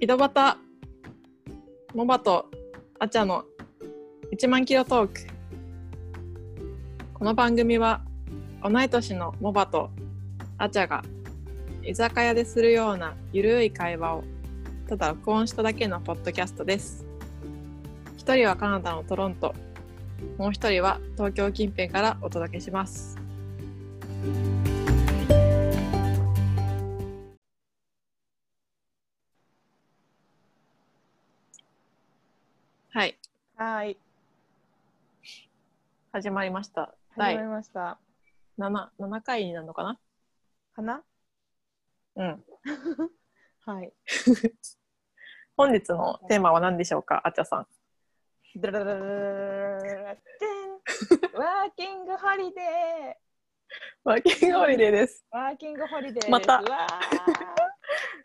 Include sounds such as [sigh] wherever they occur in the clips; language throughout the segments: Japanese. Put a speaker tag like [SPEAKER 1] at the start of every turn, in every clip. [SPEAKER 1] 井戸端モバとアチャの1万キロトークこの番組は同い年のモバとアチャが居酒屋でするようなゆるい会話をただ録音しただけのポッドキャストです一人はカナダのトロントもう一人は東京近辺からお届けしますはい
[SPEAKER 2] はい、
[SPEAKER 1] 始まりました
[SPEAKER 2] 始
[SPEAKER 1] 第
[SPEAKER 2] まりました。
[SPEAKER 1] 7, 7回になるのかな
[SPEAKER 2] かな
[SPEAKER 1] うん
[SPEAKER 2] はい。
[SPEAKER 1] 本日のテーマは何でしょうか、あちゃさん。
[SPEAKER 2] ドラララララララテンワーキングホリデー
[SPEAKER 1] ワーキングホリデーです。
[SPEAKER 2] ワーキングホリデーです
[SPEAKER 1] また
[SPEAKER 2] わ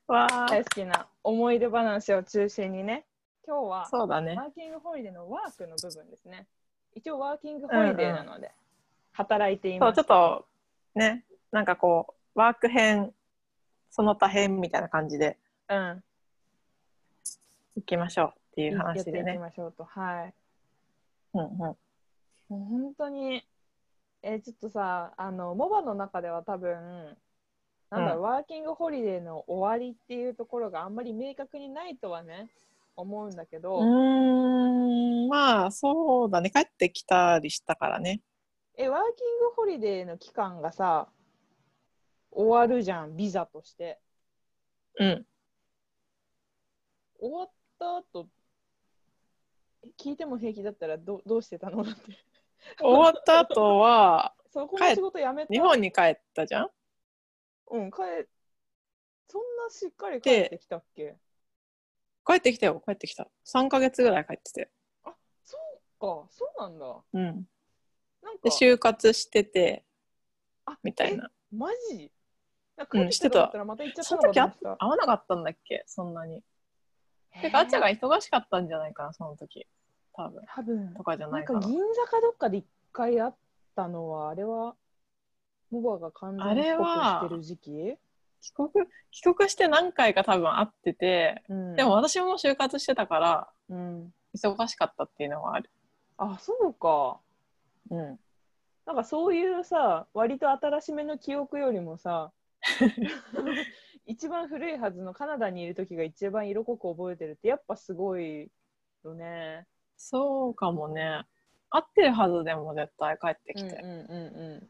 [SPEAKER 1] わ
[SPEAKER 2] ー
[SPEAKER 1] ー
[SPEAKER 2] 大好きな思い出話を中心にね、今日は
[SPEAKER 1] そうだね
[SPEAKER 2] ワ。ーキングホリデーのワークの部分ですね。一応ワーキングホリデーなので、働いてい
[SPEAKER 1] そ
[SPEAKER 2] ま
[SPEAKER 1] う、
[SPEAKER 2] す。
[SPEAKER 1] ちょっと、ね、なんかこう、ワーク編、その他編みたいな感じで
[SPEAKER 2] うん、
[SPEAKER 1] いきましょうっていう話で
[SPEAKER 2] やっていき
[SPEAKER 1] ね。
[SPEAKER 2] ましょうと。はい。
[SPEAKER 1] うんうん。
[SPEAKER 2] もう本当に、えーちょっとさ、あの、モバの中では多分、なんだろう、ワーキングホリデーの終わりっていうところがあんまり明確にないとはね、思うんだけど、
[SPEAKER 1] うーん、まあ、そうだね。帰ってきたりしたからね。
[SPEAKER 2] え、ワーキングホリデーの期間がさ、終わるじゃん、ビザとして。
[SPEAKER 1] うん。
[SPEAKER 2] 終わった後、え聞いても平気だったらどどうしてたのだ [laughs] って。
[SPEAKER 1] 終わった後は、
[SPEAKER 2] そこ
[SPEAKER 1] 帰
[SPEAKER 2] の
[SPEAKER 1] っ
[SPEAKER 2] 仕事やめた
[SPEAKER 1] 日本に帰ったじゃん
[SPEAKER 2] うん、帰、そんなしっかり帰ってきたっけ
[SPEAKER 1] 帰ってきたよ、帰ってきた。3ヶ月ぐらい帰ってて。
[SPEAKER 2] そうか、そうなんだ。
[SPEAKER 1] うん。
[SPEAKER 2] なんか
[SPEAKER 1] で、、就活してて、
[SPEAKER 2] あ
[SPEAKER 1] みたいな。
[SPEAKER 2] えマジな
[SPEAKER 1] う
[SPEAKER 2] んか
[SPEAKER 1] ん
[SPEAKER 2] 帰っ
[SPEAKER 1] してて
[SPEAKER 2] き
[SPEAKER 1] た
[SPEAKER 2] たと思ったらまた行っちゃった
[SPEAKER 1] そ
[SPEAKER 2] の
[SPEAKER 1] の
[SPEAKER 2] か
[SPEAKER 1] 時
[SPEAKER 2] と
[SPEAKER 1] あ
[SPEAKER 2] 思ってた。
[SPEAKER 1] 合わなかったんだっけそんなに。て
[SPEAKER 2] へ
[SPEAKER 1] か、
[SPEAKER 2] ー
[SPEAKER 1] あっちゃんが忙しかったんじゃないかな、その時。多分。
[SPEAKER 2] 多分
[SPEAKER 1] とかじゃな
[SPEAKER 2] なん
[SPEAKER 1] いか
[SPEAKER 2] か
[SPEAKER 1] な。
[SPEAKER 2] 銀座かどっかで一回あったのはあれはモバが完全に帰国してる時期
[SPEAKER 1] 帰国、帰国して何回か多分会ってて、
[SPEAKER 2] うん、
[SPEAKER 1] でも、私も就活してたから、
[SPEAKER 2] うん、
[SPEAKER 1] 忙しかったっていうのはある。
[SPEAKER 2] あそうか
[SPEAKER 1] うん。
[SPEAKER 2] なんかそういうさ割と新しめの記憶より
[SPEAKER 1] [laughs]
[SPEAKER 2] もさ一番古いはずのカナダにいる時が一番色濃く覚えてるってやっぱすごいよね。
[SPEAKER 1] そうかもね。会ってるはずでも絶対帰ってきて。
[SPEAKER 2] うんうんうんうん、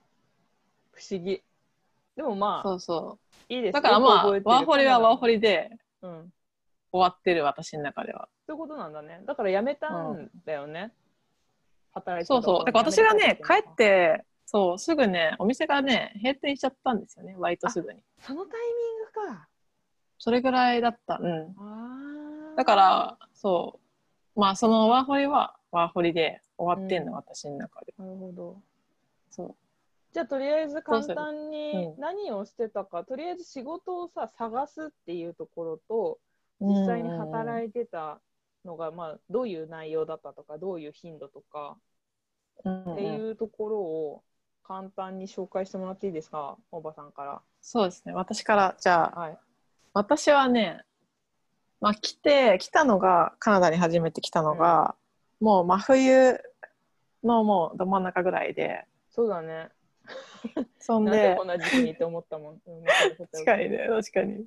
[SPEAKER 2] 不思議でもまあ
[SPEAKER 1] そうそ
[SPEAKER 2] いいです
[SPEAKER 1] う。だからまあ、ワーホリはワーホ
[SPEAKER 2] リ。
[SPEAKER 1] リで
[SPEAKER 2] うん。
[SPEAKER 1] 終わってる、私の中では。
[SPEAKER 2] そういうことなんだね。だから辞めたんだよね。働いて
[SPEAKER 1] そう
[SPEAKER 2] たとこ
[SPEAKER 1] そ
[SPEAKER 2] ろ
[SPEAKER 1] う。だから私がね、
[SPEAKER 2] 辞め
[SPEAKER 1] 帰
[SPEAKER 2] た
[SPEAKER 1] っ
[SPEAKER 2] 時に
[SPEAKER 1] て、そう、すぐね、お店がね、閉店しちゃったんですよね、割とすぐに。
[SPEAKER 2] そのタイミングか。
[SPEAKER 1] それぐらいだった。うん。
[SPEAKER 2] あー
[SPEAKER 1] だか、ら、そう。まあ、そのワーホリはワーホリで終わってんの、
[SPEAKER 2] うん
[SPEAKER 1] 私の中で。
[SPEAKER 2] なるほど。
[SPEAKER 1] そ
[SPEAKER 2] じゃあとりあえず簡単
[SPEAKER 1] どうする
[SPEAKER 2] に
[SPEAKER 1] う
[SPEAKER 2] 何をしてたか、とりあえず仕事をさ探すっていうところ
[SPEAKER 1] う。
[SPEAKER 2] と実際に働
[SPEAKER 1] い
[SPEAKER 2] いてたのが、まあ、どういう内容だったとかどういう頻度とか
[SPEAKER 1] て
[SPEAKER 2] っていうところを簡単に紹介してもらっていいですかおばさんから。
[SPEAKER 1] そうですね。私から、じゃあ、
[SPEAKER 2] はい、
[SPEAKER 1] 私はね、まあ、来て、来たのが、カナダに初めて来たのが、もう真冬のもうど真ん中ぐらいで、
[SPEAKER 2] そうだね。
[SPEAKER 1] そん
[SPEAKER 2] なんで
[SPEAKER 1] で
[SPEAKER 2] こ、んな時期にって思ったもん。
[SPEAKER 1] 確かにね、確かに。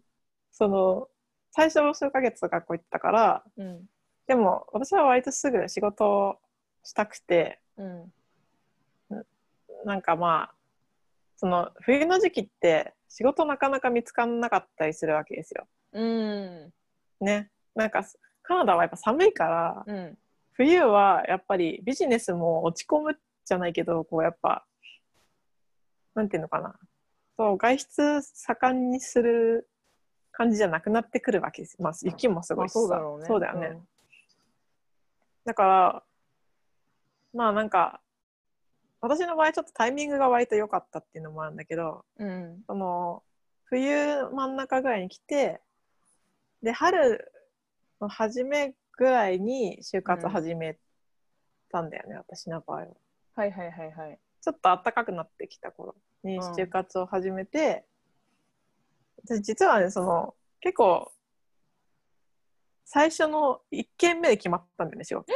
[SPEAKER 1] その、最初の数ヶ月学校行ってたから、
[SPEAKER 2] うん。
[SPEAKER 1] でも私は割とすぐ仕事をしたくて、
[SPEAKER 2] うん。
[SPEAKER 1] なんかまあその冬の時期って仕事なかなか見つかんなかったりするわけですよ。
[SPEAKER 2] うん。
[SPEAKER 1] ね。なんかカナダはやっぱ寒いから
[SPEAKER 2] うん。
[SPEAKER 1] 冬はやっぱりビジネスも落ち込むじゃないけどこうやっぱなんていうのかなそう外出盛んにする感じじゃなくなってくるわけです。まあ雪もすごいしさ、
[SPEAKER 2] そうだろうね。
[SPEAKER 1] そうだよね。だから、まあなんか、私の場合ちょっとタイミングが割と良かったっていうのもあるんだけど、
[SPEAKER 2] うん。
[SPEAKER 1] その、冬真ん中ぐらいに来て、で、春の初めぐらいに就活始めたんだよね、私の場合は。
[SPEAKER 2] はいはいはいはい。
[SPEAKER 1] ちょっと暖かくなってきた頃に
[SPEAKER 2] うん
[SPEAKER 1] 就活を始めて、私実はね、その、結構、最初の1件目で決まったんだよね仕事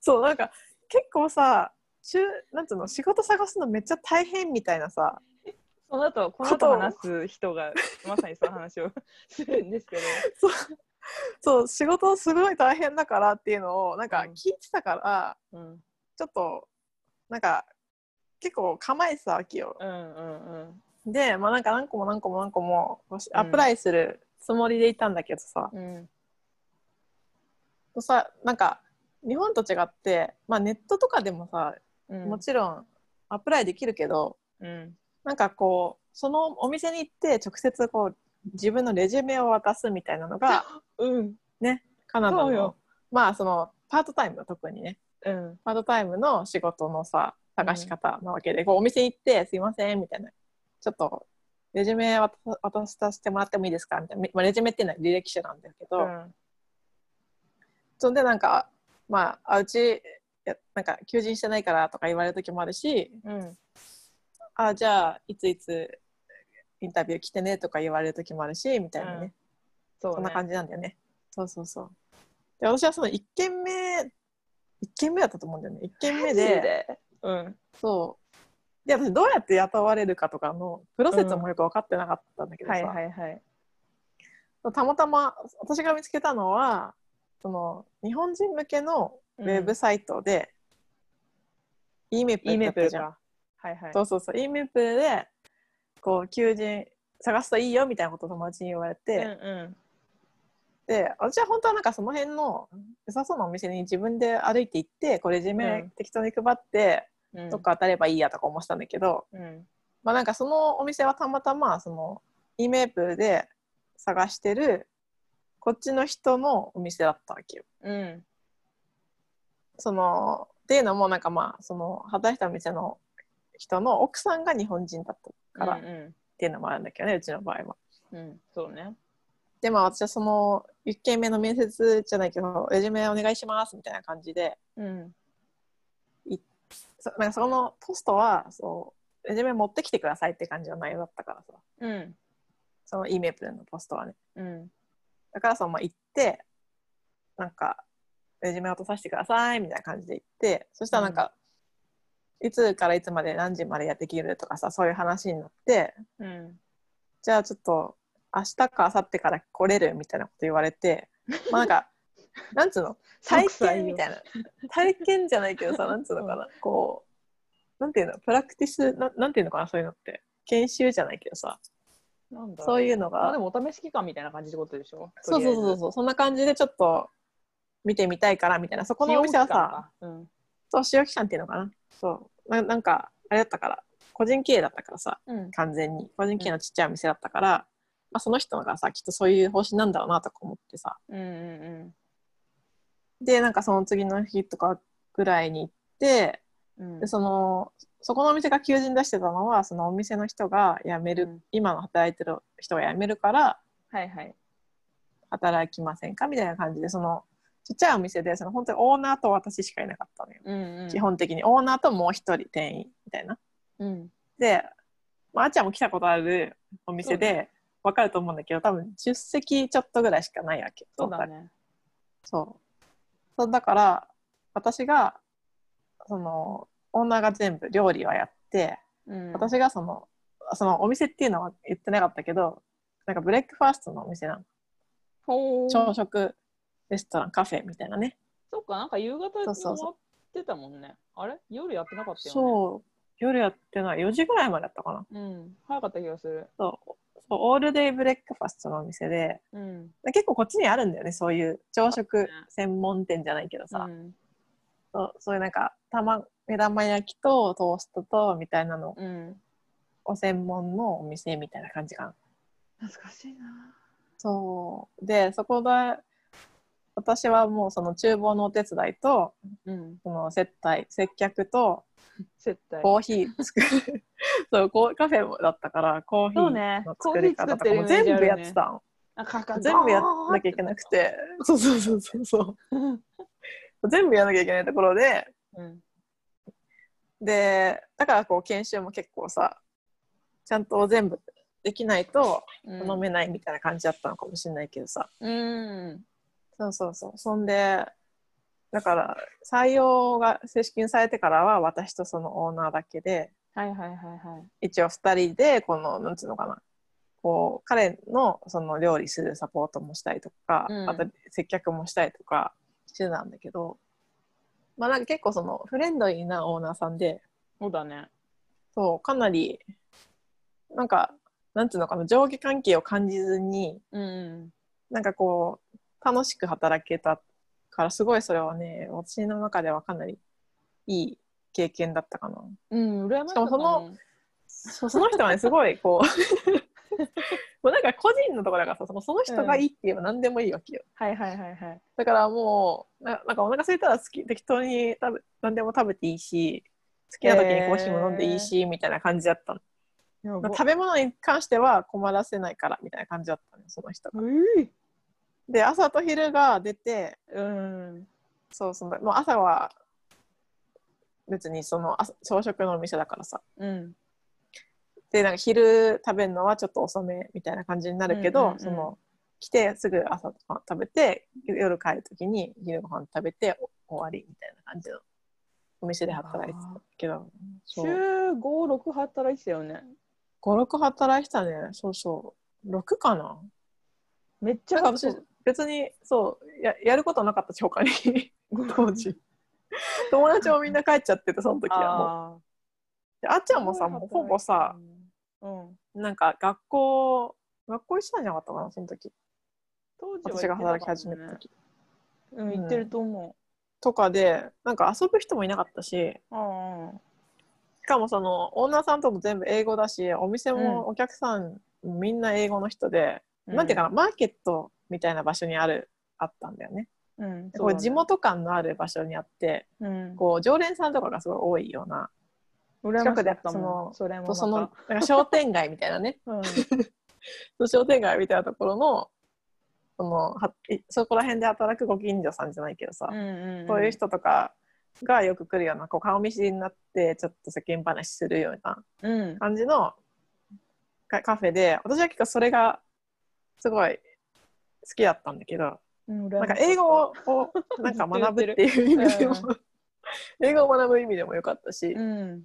[SPEAKER 1] そうなんか結構さ中なんつうの仕事探すのめっちゃ大変みたいなさ
[SPEAKER 2] その後この後話す人がまさにその話をするんですけど
[SPEAKER 1] そうそう仕事すごい大変だからっていうのをなんか
[SPEAKER 2] うん
[SPEAKER 1] 聞いてたから、
[SPEAKER 2] うん
[SPEAKER 1] ちょっとなんか結構構えてたわけよ
[SPEAKER 2] うんうんうん
[SPEAKER 1] で、まあ、なんか何個も何個も何個もこうし
[SPEAKER 2] うん
[SPEAKER 1] アプライするつもりでいたんだけどさ、
[SPEAKER 2] うん
[SPEAKER 1] とさなんか日本と違って、まあ、ネットとかでもさ、
[SPEAKER 2] うん
[SPEAKER 1] もちろんアプライできるけど
[SPEAKER 2] うん
[SPEAKER 1] なんかこうそのお店に行って直接こう自分のレジュメを渡すみたいなの
[SPEAKER 2] [laughs]
[SPEAKER 1] が
[SPEAKER 2] うん
[SPEAKER 1] カナダ
[SPEAKER 2] そう
[SPEAKER 1] の
[SPEAKER 2] よ
[SPEAKER 1] まあそのパートタイムの特にね
[SPEAKER 2] うん
[SPEAKER 1] パートタイムの仕事のさ探し方なわけで、こうお店に行って「すいません」みたいな「ちょっとレジュメ渡渡させてもらってもいいですか?」みたいな、まあ、レジュメっていうのは履歴書なんだけど、
[SPEAKER 2] うん
[SPEAKER 1] そんでなんかまああうちやなんか求人してないからとか言われる時もあるし
[SPEAKER 2] うん
[SPEAKER 1] あじゃあいついつインタビュー来てねとか言われる時もあるしみたいなね、
[SPEAKER 2] うんそうね
[SPEAKER 1] そんな感じなんだよねそうそうそうで私はその1件目1件目だったと思うんだよね1件目
[SPEAKER 2] マジ
[SPEAKER 1] で
[SPEAKER 2] でうん
[SPEAKER 1] そうで私どうやって雇われるかとかのプロセスもよく分かってなかったんだけどさ、
[SPEAKER 2] はいはいはい
[SPEAKER 1] たまたま私が見つけたのはその日本人向けのウェブサイトで、e メ
[SPEAKER 2] E
[SPEAKER 1] だ
[SPEAKER 2] メ
[SPEAKER 1] っ
[SPEAKER 2] ープル
[SPEAKER 1] たじゃん。
[SPEAKER 2] かはいはい
[SPEAKER 1] そうそうそう、e メ p でこう求人探すといいよみたいなことを友達に言われて、
[SPEAKER 2] うんうん
[SPEAKER 1] で私は本当はなんかその辺の良さそうなお店に自分で歩いて行ってこうレジュ
[SPEAKER 2] う
[SPEAKER 1] メ
[SPEAKER 2] ん
[SPEAKER 1] 適当に配って、
[SPEAKER 2] うん
[SPEAKER 1] どっか当たればいいやとか思ってたんだけど、
[SPEAKER 2] うん
[SPEAKER 1] まあなんかそのお店はたまたまその e メ p で探してるこっちの人のお店だったわけよ。
[SPEAKER 2] うん
[SPEAKER 1] そのっていうのもなんかまあその働いたお店の人の奥さんが日本人だったからっ
[SPEAKER 2] うん
[SPEAKER 1] ていうのもあるんだけどね、うちの場合は。
[SPEAKER 2] うんうんそうね
[SPEAKER 1] でまあ私はその1件目の面接じゃないけどレジュメお願いしますみたいな感じで
[SPEAKER 2] うん
[SPEAKER 1] そなんかそこのポストはそうレジュメ持ってきてくださいって感じの内容だったからさ
[SPEAKER 2] うん
[SPEAKER 1] その e メープルのポストはね
[SPEAKER 2] うん
[SPEAKER 1] だからそのまあ行ってなんかレジュメ渡させてくださいみたいな感じで行ってそしたらなんか、いつからいつまで何時までやってきるとかさそういう話になって
[SPEAKER 2] うん
[SPEAKER 1] じゃあちょっと明日か明後日から来れるみたいなこと言われてまあなん
[SPEAKER 2] [laughs]
[SPEAKER 1] かなんつうの体験みたいな体験じゃないけどさなんつうのかなこうなんていうのプラクティスななんていうのかなそういうのって研修じゃないけどさ
[SPEAKER 2] なんだろ
[SPEAKER 1] そういうの
[SPEAKER 2] まあ
[SPEAKER 1] が
[SPEAKER 2] でもお試し期間みたいな感じってことでしょ
[SPEAKER 1] そうそうそう
[SPEAKER 2] う
[SPEAKER 1] そうそんな感じでちょっと見てみたいからみたいなそこのお店はさ
[SPEAKER 2] うん
[SPEAKER 1] そう使用期間っていうのかなそうななんかあれだったから個人経営だったからさ
[SPEAKER 2] うん
[SPEAKER 1] 完全に個人経営のちっちゃいお店だったから、まあ、その人がさきっとそういう方針なんだろうなとか思ってさ
[SPEAKER 2] うんうん
[SPEAKER 1] でなんかその次の日とかぐらいに行って
[SPEAKER 2] うん
[SPEAKER 1] でそのそこのお店が求人出してたのはそのお店の人が辞める、
[SPEAKER 2] うん
[SPEAKER 1] 今の働いてる人が辞めるから
[SPEAKER 2] はいはい
[SPEAKER 1] 働きませんかみたいな感じでそのちっちゃいお店でその本当にオーナーと私しかいなかったのよ、
[SPEAKER 2] うんうん
[SPEAKER 1] 基本的にオーナーともう一人店員みたいな
[SPEAKER 2] うん
[SPEAKER 1] で、まあ、あっちゃんも来たことあるお店
[SPEAKER 2] そう
[SPEAKER 1] でわかると思うんだけど多分10席ちょっとぐらいしかないわけ
[SPEAKER 2] そう
[SPEAKER 1] ト
[SPEAKER 2] だ
[SPEAKER 1] ータル
[SPEAKER 2] ね
[SPEAKER 1] そうそうだから私がそのオーナーが全部料理はやって
[SPEAKER 2] うん
[SPEAKER 1] 私がそのそのお店っていうのは言ってなかったけどなんかブレックファーストのお店なの
[SPEAKER 2] ほう
[SPEAKER 1] 朝食レストランカフェみたいなね
[SPEAKER 2] そっかなんか夕方
[SPEAKER 1] そ
[SPEAKER 2] や
[SPEAKER 1] う
[SPEAKER 2] っ
[SPEAKER 1] そうそう
[SPEAKER 2] てたもんねあれ夜やってなかったよね
[SPEAKER 1] そう夜やってない4時ぐらいまでだったかな
[SPEAKER 2] ううん早かった気がする
[SPEAKER 1] そうそうオールデイブレックファストのお店で
[SPEAKER 2] うん
[SPEAKER 1] で結構こっちにあるんだよねそういう朝食専門店じゃないけどさ、
[SPEAKER 2] うん
[SPEAKER 1] そうそういうなんかたま目玉焼きとトーストとみたいなの
[SPEAKER 2] うん
[SPEAKER 1] お専門のお店みたいな感じかな
[SPEAKER 2] 懐かしいな
[SPEAKER 1] そうでそこで私はもうその厨房のお手伝いと
[SPEAKER 2] うん
[SPEAKER 1] その接待接客と
[SPEAKER 2] 接待
[SPEAKER 1] コーヒー作
[SPEAKER 2] [laughs]
[SPEAKER 1] るそうこうカフェだったからコーヒ
[SPEAKER 2] そ
[SPEAKER 1] ー
[SPEAKER 2] うね
[SPEAKER 1] の作り方とかも
[SPEAKER 2] コーヒー作ってるイメ
[SPEAKER 1] 全部
[SPEAKER 2] ージあるね
[SPEAKER 1] やってたの、
[SPEAKER 2] なんかか
[SPEAKER 1] 全部やらなきゃいけなくてそうそうそうそうそう全部やらなきゃいけないところで
[SPEAKER 2] うん
[SPEAKER 1] でだからこう研修も結構さちゃんと全部できないと
[SPEAKER 2] うん
[SPEAKER 1] 飲めないみたいな感じだったのかもしれないけどさ、
[SPEAKER 2] うん。
[SPEAKER 1] そうそうそうそんでだから採用が正式にされてからは私とそのオーナーだけで
[SPEAKER 2] はいはいはいはい。
[SPEAKER 1] 一応2人でこのなんつうのかなこう彼のその料理するサポートもしたりとか、
[SPEAKER 2] うん
[SPEAKER 1] あと接客もしたりとかしてたんだけどまあなんか結構そのフレンドリーなオーナーさんで
[SPEAKER 2] そうだね。
[SPEAKER 1] そうかなりなんかなんつうのかな上下関係を感じずに
[SPEAKER 2] うん。
[SPEAKER 1] なんかこう楽しく働けたからすごいそれはね私の中ではかなりいい経験だったかな。
[SPEAKER 2] うん、羨まし
[SPEAKER 1] しかもそのそうその人はねすごいこう [laughs] もうなんか個人のところだからさそのその人がいいって言えば何でもいいわけよ、
[SPEAKER 2] はいはいはいはい。
[SPEAKER 1] だからもうななんかお腹空いたら好き適当に食べ何でも食べていいし好きな時にコーヒーも飲んでいいし、みたいな感じだったの、
[SPEAKER 2] や
[SPEAKER 1] まあ
[SPEAKER 2] ば
[SPEAKER 1] 食べ物に関しては困らせないからみたいな感じだったのよその人が
[SPEAKER 2] うい
[SPEAKER 1] で朝と昼が出て
[SPEAKER 2] うん。
[SPEAKER 1] そうそのもう朝は別にその朝朝食のお店だからさ
[SPEAKER 2] うん。
[SPEAKER 1] でなんか昼食べるのはちょっと遅めみたいな感じになるけど、
[SPEAKER 2] うんうんうん
[SPEAKER 1] その来てすぐ朝とか食べて夜帰る時に昼ご飯食べてお終わりみたいな感じのお店で働いてたけどそ
[SPEAKER 2] 週
[SPEAKER 1] う
[SPEAKER 2] 5、6働いてたよね。
[SPEAKER 1] 56働いてたねそうそう6かな
[SPEAKER 2] めっち
[SPEAKER 1] な
[SPEAKER 2] ゃ
[SPEAKER 1] んか私別にそうややることなかったし他
[SPEAKER 2] [laughs]
[SPEAKER 1] に当時友達もみんな帰っちゃっててその時はもう
[SPEAKER 2] あ
[SPEAKER 1] であっち
[SPEAKER 2] ー
[SPEAKER 1] ゃんもさもうほぼさ、
[SPEAKER 2] うん、
[SPEAKER 1] なんか学校学校一緒じゃなかったかなその時
[SPEAKER 2] 当
[SPEAKER 1] 私
[SPEAKER 2] 時は
[SPEAKER 1] が働き始めた
[SPEAKER 2] 行ってなか
[SPEAKER 1] 時
[SPEAKER 2] ったねうん、行ってると思
[SPEAKER 1] とかでなんか遊ぶ人もいなかったし
[SPEAKER 2] う。ああ
[SPEAKER 1] しかもそのオーナーさんとも全部英語だしお店もお客さんもみんな英語の人で、なんていうかなマーケットみたいな場所にあるあったんだよね
[SPEAKER 2] な、うん
[SPEAKER 1] こう地、元感のある場所にあって
[SPEAKER 2] そうだねうん、
[SPEAKER 1] こう常連さんとかがすごい多いような
[SPEAKER 2] 近くだった
[SPEAKER 1] 近くで
[SPEAKER 2] もんそれもまた
[SPEAKER 1] そのなんか商店街みたいな [laughs] ね
[SPEAKER 2] うん
[SPEAKER 1] 商店街みたいなところのそのはそこら辺で働くご近所さんじゃないけどさ、
[SPEAKER 2] うんうん、
[SPEAKER 1] そういう、人とかがよく来るようなこう顔見知りになってちょっと世間話するような
[SPEAKER 2] うん、
[SPEAKER 1] 感じのカカフェで私は結構それがすごい好きだったんだけど
[SPEAKER 2] うん
[SPEAKER 1] なんか英語をなんか学ぶっていう意味でも
[SPEAKER 2] ずっと
[SPEAKER 1] 英語を学ぶ意味でもよかったし
[SPEAKER 2] うん、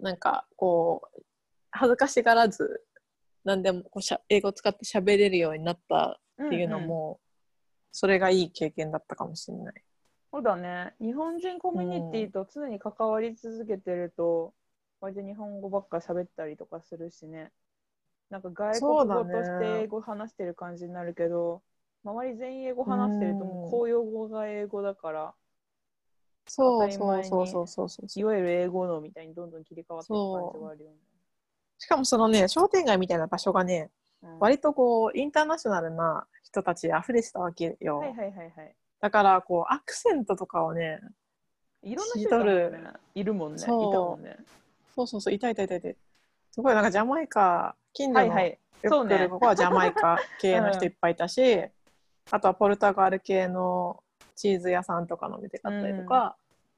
[SPEAKER 1] なんかこう恥ずかしがらず何でもこうしゃ英語を使って喋れるようになったっていうの
[SPEAKER 2] んん
[SPEAKER 1] もそれがいい経験だったかもしれない。
[SPEAKER 2] そうだね日本人コミュニティと常に関わり続けてると、割と日本語ばっか喋ったりとかするしねなんか外
[SPEAKER 1] そう
[SPEAKER 2] 国
[SPEAKER 1] だ
[SPEAKER 2] 語
[SPEAKER 1] ね
[SPEAKER 2] として英語話してる感じになるけど、周り全員英語話してるとも
[SPEAKER 1] うん
[SPEAKER 2] う公用語が英語だから
[SPEAKER 1] そ
[SPEAKER 2] 当
[SPEAKER 1] う
[SPEAKER 2] たり
[SPEAKER 1] そう
[SPEAKER 2] 前に
[SPEAKER 1] そうそうそうそう
[SPEAKER 2] いわゆる英語のみたいにどんどん切り替わっていく感じはあるよね。
[SPEAKER 1] しかもそのね商店街みたいな場所がね
[SPEAKER 2] うん
[SPEAKER 1] 割とこうインターナショナルな人たちで溢れてたわけよ、
[SPEAKER 2] はいはいはいはい。
[SPEAKER 1] だからこうアクセントとかをね
[SPEAKER 2] いろんな
[SPEAKER 1] シ
[SPEAKER 2] 人
[SPEAKER 1] ー
[SPEAKER 2] い
[SPEAKER 1] トル
[SPEAKER 2] たもんね。いるもんね。いた
[SPEAKER 1] そう
[SPEAKER 2] もんね。
[SPEAKER 1] そうそうそういたいたいたいたすごいなんかジャマイカ近
[SPEAKER 2] は
[SPEAKER 1] 所
[SPEAKER 2] い
[SPEAKER 1] の
[SPEAKER 2] は
[SPEAKER 1] よ
[SPEAKER 2] い。そう
[SPEAKER 1] く来
[SPEAKER 2] ね
[SPEAKER 1] るここはジャマイカ系の
[SPEAKER 2] [laughs]
[SPEAKER 1] 人いっぱいいたし、あとはポルトガル系のチーズ屋さんとかの店があったりとか、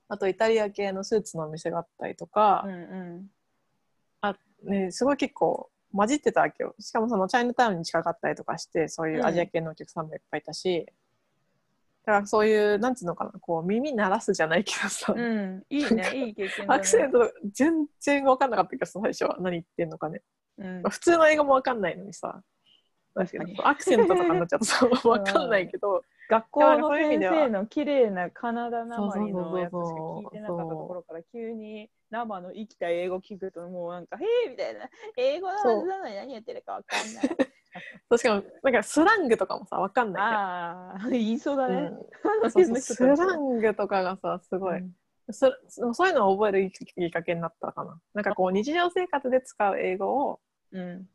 [SPEAKER 1] あとイタリア系のスーツの店があったりとか
[SPEAKER 2] うん、う
[SPEAKER 1] ね、すごい結構混じってたわけよしかもそのチャイナタウンに近かったりとかしてそういうアジア系のお客さんもいっぱいいたし、だからそういうなんつうのかなこう耳鳴らすじゃないけどさ、
[SPEAKER 2] ん。うん。いいね。いい経験だ、ね。
[SPEAKER 1] アクセント全然分かんなかったけどさ最初は何言ってんのかね、
[SPEAKER 2] うん
[SPEAKER 1] まあ、普通の英語も分かんないのにさなんていうの
[SPEAKER 2] 確かに
[SPEAKER 1] こうアクセントとかになっち
[SPEAKER 2] [laughs]
[SPEAKER 1] ゃうとさ分かんないけど、
[SPEAKER 2] 学校の先生の綺麗なカナダなまりのやつしか聞いてなかったところから急に生の生きた英語聞くともうなんか「へえ」みたいな「英語なのなのに何やってるかわかんない」
[SPEAKER 1] [laughs] 確かになんかスラングとかもさ分かんないね
[SPEAKER 2] ああ言いそうだね。
[SPEAKER 1] うんそうそうスラングとかがさすごいそそそういうのを覚えるきっかけになったかな。なんかこう日常生活で使う英語を
[SPEAKER 2] うん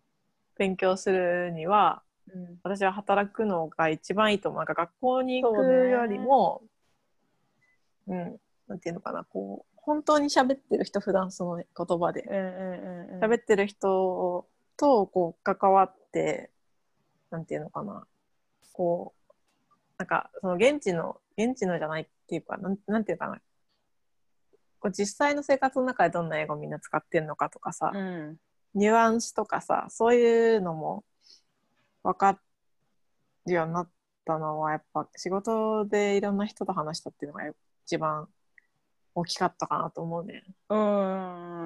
[SPEAKER 1] 勉強するには
[SPEAKER 2] うん
[SPEAKER 1] 私は働くのが一番いいと思う。なんか学校に行
[SPEAKER 2] そ
[SPEAKER 1] く
[SPEAKER 2] うね
[SPEAKER 1] よりもう、ん、なんていうのかな、こう本当に喋ってる人、普段その言葉で
[SPEAKER 2] うんうんうん
[SPEAKER 1] 喋ってる人とこう関わって、なんていうのかな、こうなんかその現地の現地のじゃないっていうか、なんなんていうかな。こう実際の生活の中でどんな英語をみんな使ってるのかとかさ、
[SPEAKER 2] うん
[SPEAKER 1] ニュアンスとかさそういうのも分かるようになったのはやっぱ仕事でいろんな人と話したっていうのが一番大きかったかなと思うね。
[SPEAKER 2] うん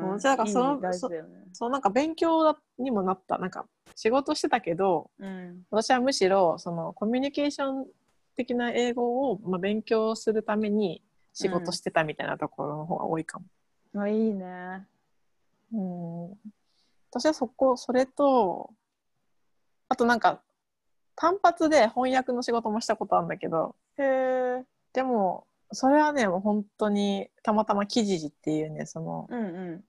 [SPEAKER 1] もうじゃあその
[SPEAKER 2] 意味大事だよね。
[SPEAKER 1] そうなんか勉強にもなったなんか仕事してたけど
[SPEAKER 2] うん。
[SPEAKER 1] 私はむしろそのコミュニケーション的な英語を、まあ、勉強するために仕事してたみたいなところの方が多いかも。
[SPEAKER 2] あいいね。
[SPEAKER 1] うん、私はそこそれとあとなんか単発で翻訳の仕事もしたことあるんだけど
[SPEAKER 2] へえ。
[SPEAKER 1] でもそれはねもう本当にたまたま記事っていうねその
[SPEAKER 2] うんう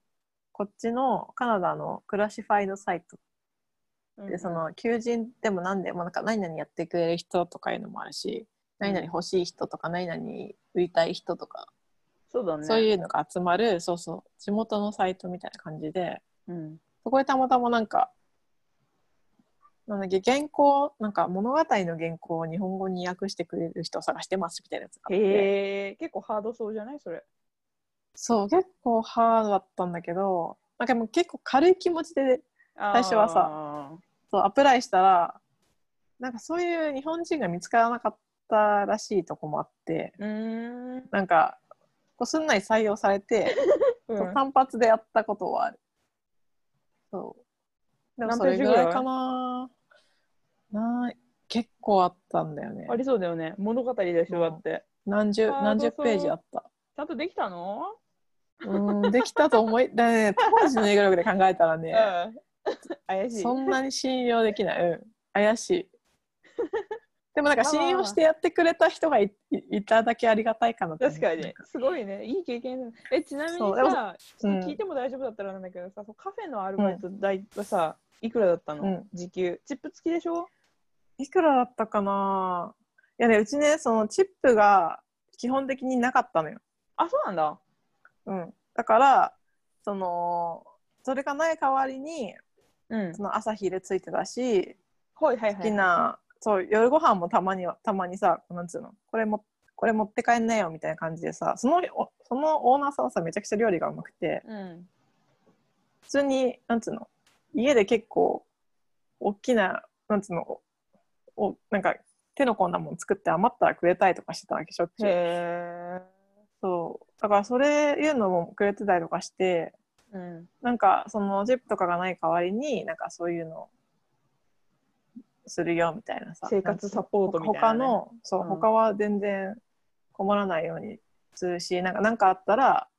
[SPEAKER 1] こっちのカナダのクラシファイドサイト
[SPEAKER 2] ん。
[SPEAKER 1] でその求人でも何でもなんか何々やってくれる人とかいうのもあるし何々欲しい人とか何々売りたい人とか、
[SPEAKER 2] そうだね。
[SPEAKER 1] そう
[SPEAKER 2] う。
[SPEAKER 1] いうのが集まるそうそう地元のサイトみたいな感じで
[SPEAKER 2] うん。
[SPEAKER 1] そこでたまたまなんかなんだっけ原稿なんか物語の原稿を日本語に訳してくれる人を探してますみたいなやつがあって
[SPEAKER 2] へえ。結構ハードそうじゃないそれ。
[SPEAKER 1] そう結構ハードだったんだけどなんかもう結構軽い気持ちで
[SPEAKER 2] 最
[SPEAKER 1] 初はさ。そうアプライしたらなんかそういう日本人が見つからなかったらしいとこもあって
[SPEAKER 2] うーん。
[SPEAKER 1] なんかこうすんなり採用されて、
[SPEAKER 2] うん
[SPEAKER 1] そう単発でやったことはあるそうでも
[SPEAKER 2] 何
[SPEAKER 1] そ
[SPEAKER 2] ペー
[SPEAKER 1] れ
[SPEAKER 2] ジ
[SPEAKER 1] ぐ
[SPEAKER 2] ぐらい
[SPEAKER 1] らいかなない結構あったんだよね
[SPEAKER 2] ありそうだよね。物語でしょ、
[SPEAKER 1] うん
[SPEAKER 2] だって。
[SPEAKER 1] 何十
[SPEAKER 2] あー
[SPEAKER 1] 何十
[SPEAKER 2] そう
[SPEAKER 1] ページあった
[SPEAKER 2] ちゃんとできたの
[SPEAKER 1] うんできたと思い [laughs] だね当時の英語力で考えたら
[SPEAKER 2] う
[SPEAKER 1] ね
[SPEAKER 2] ん。怪しい。
[SPEAKER 1] そんなに信用できない。うん、怪し
[SPEAKER 2] [laughs]
[SPEAKER 1] い。でもなんか
[SPEAKER 2] まあまあま
[SPEAKER 1] 信
[SPEAKER 2] あ
[SPEAKER 1] 用してやってくれた人がいいいただけありがたいかなと思う
[SPEAKER 2] 確かに。すごいね。いい経験だねえ、ちな
[SPEAKER 1] そ
[SPEAKER 2] みに
[SPEAKER 1] うでも
[SPEAKER 2] さ、ちょっと
[SPEAKER 1] うん
[SPEAKER 2] 聞いても大丈夫だったらなんだけどさ、そのカフェのアルバイト代はさ、いくらだったの、
[SPEAKER 1] うん
[SPEAKER 2] 時給。チップ付きでしょ
[SPEAKER 1] いくらだったかないやね、うちね、そのチップが基本的になかったのよ。
[SPEAKER 2] あ、そうなんだ。
[SPEAKER 1] うん。だから、その、それがない代わりに、
[SPEAKER 2] うん。
[SPEAKER 1] その朝昼ついてたし、
[SPEAKER 2] はいはいはい。
[SPEAKER 1] 好きな、そう、夜ご飯もたまには、たまにさ、なんつうの、これも、これ持って帰んなよみたいな感じでさ、その、おそのオーナーさんはさ、めちゃくちゃ料理がうまくて、
[SPEAKER 2] うん。
[SPEAKER 1] 普通になんつうの家で結構大きななんつうのおおなんか手の込んだもの作って余ったらくれたりとかしてたわけしょっちゅう
[SPEAKER 2] へ
[SPEAKER 1] そうだからそれいうのもくれてたりとかして
[SPEAKER 2] え。うん。
[SPEAKER 1] なんかそのジップとかがない代わりになんかそういうのするよみたいなさ
[SPEAKER 2] 生活サポートみたいな、ね。
[SPEAKER 1] 他のそう、
[SPEAKER 2] うん
[SPEAKER 1] 他は全然困らないようにするしなんかなんかあったら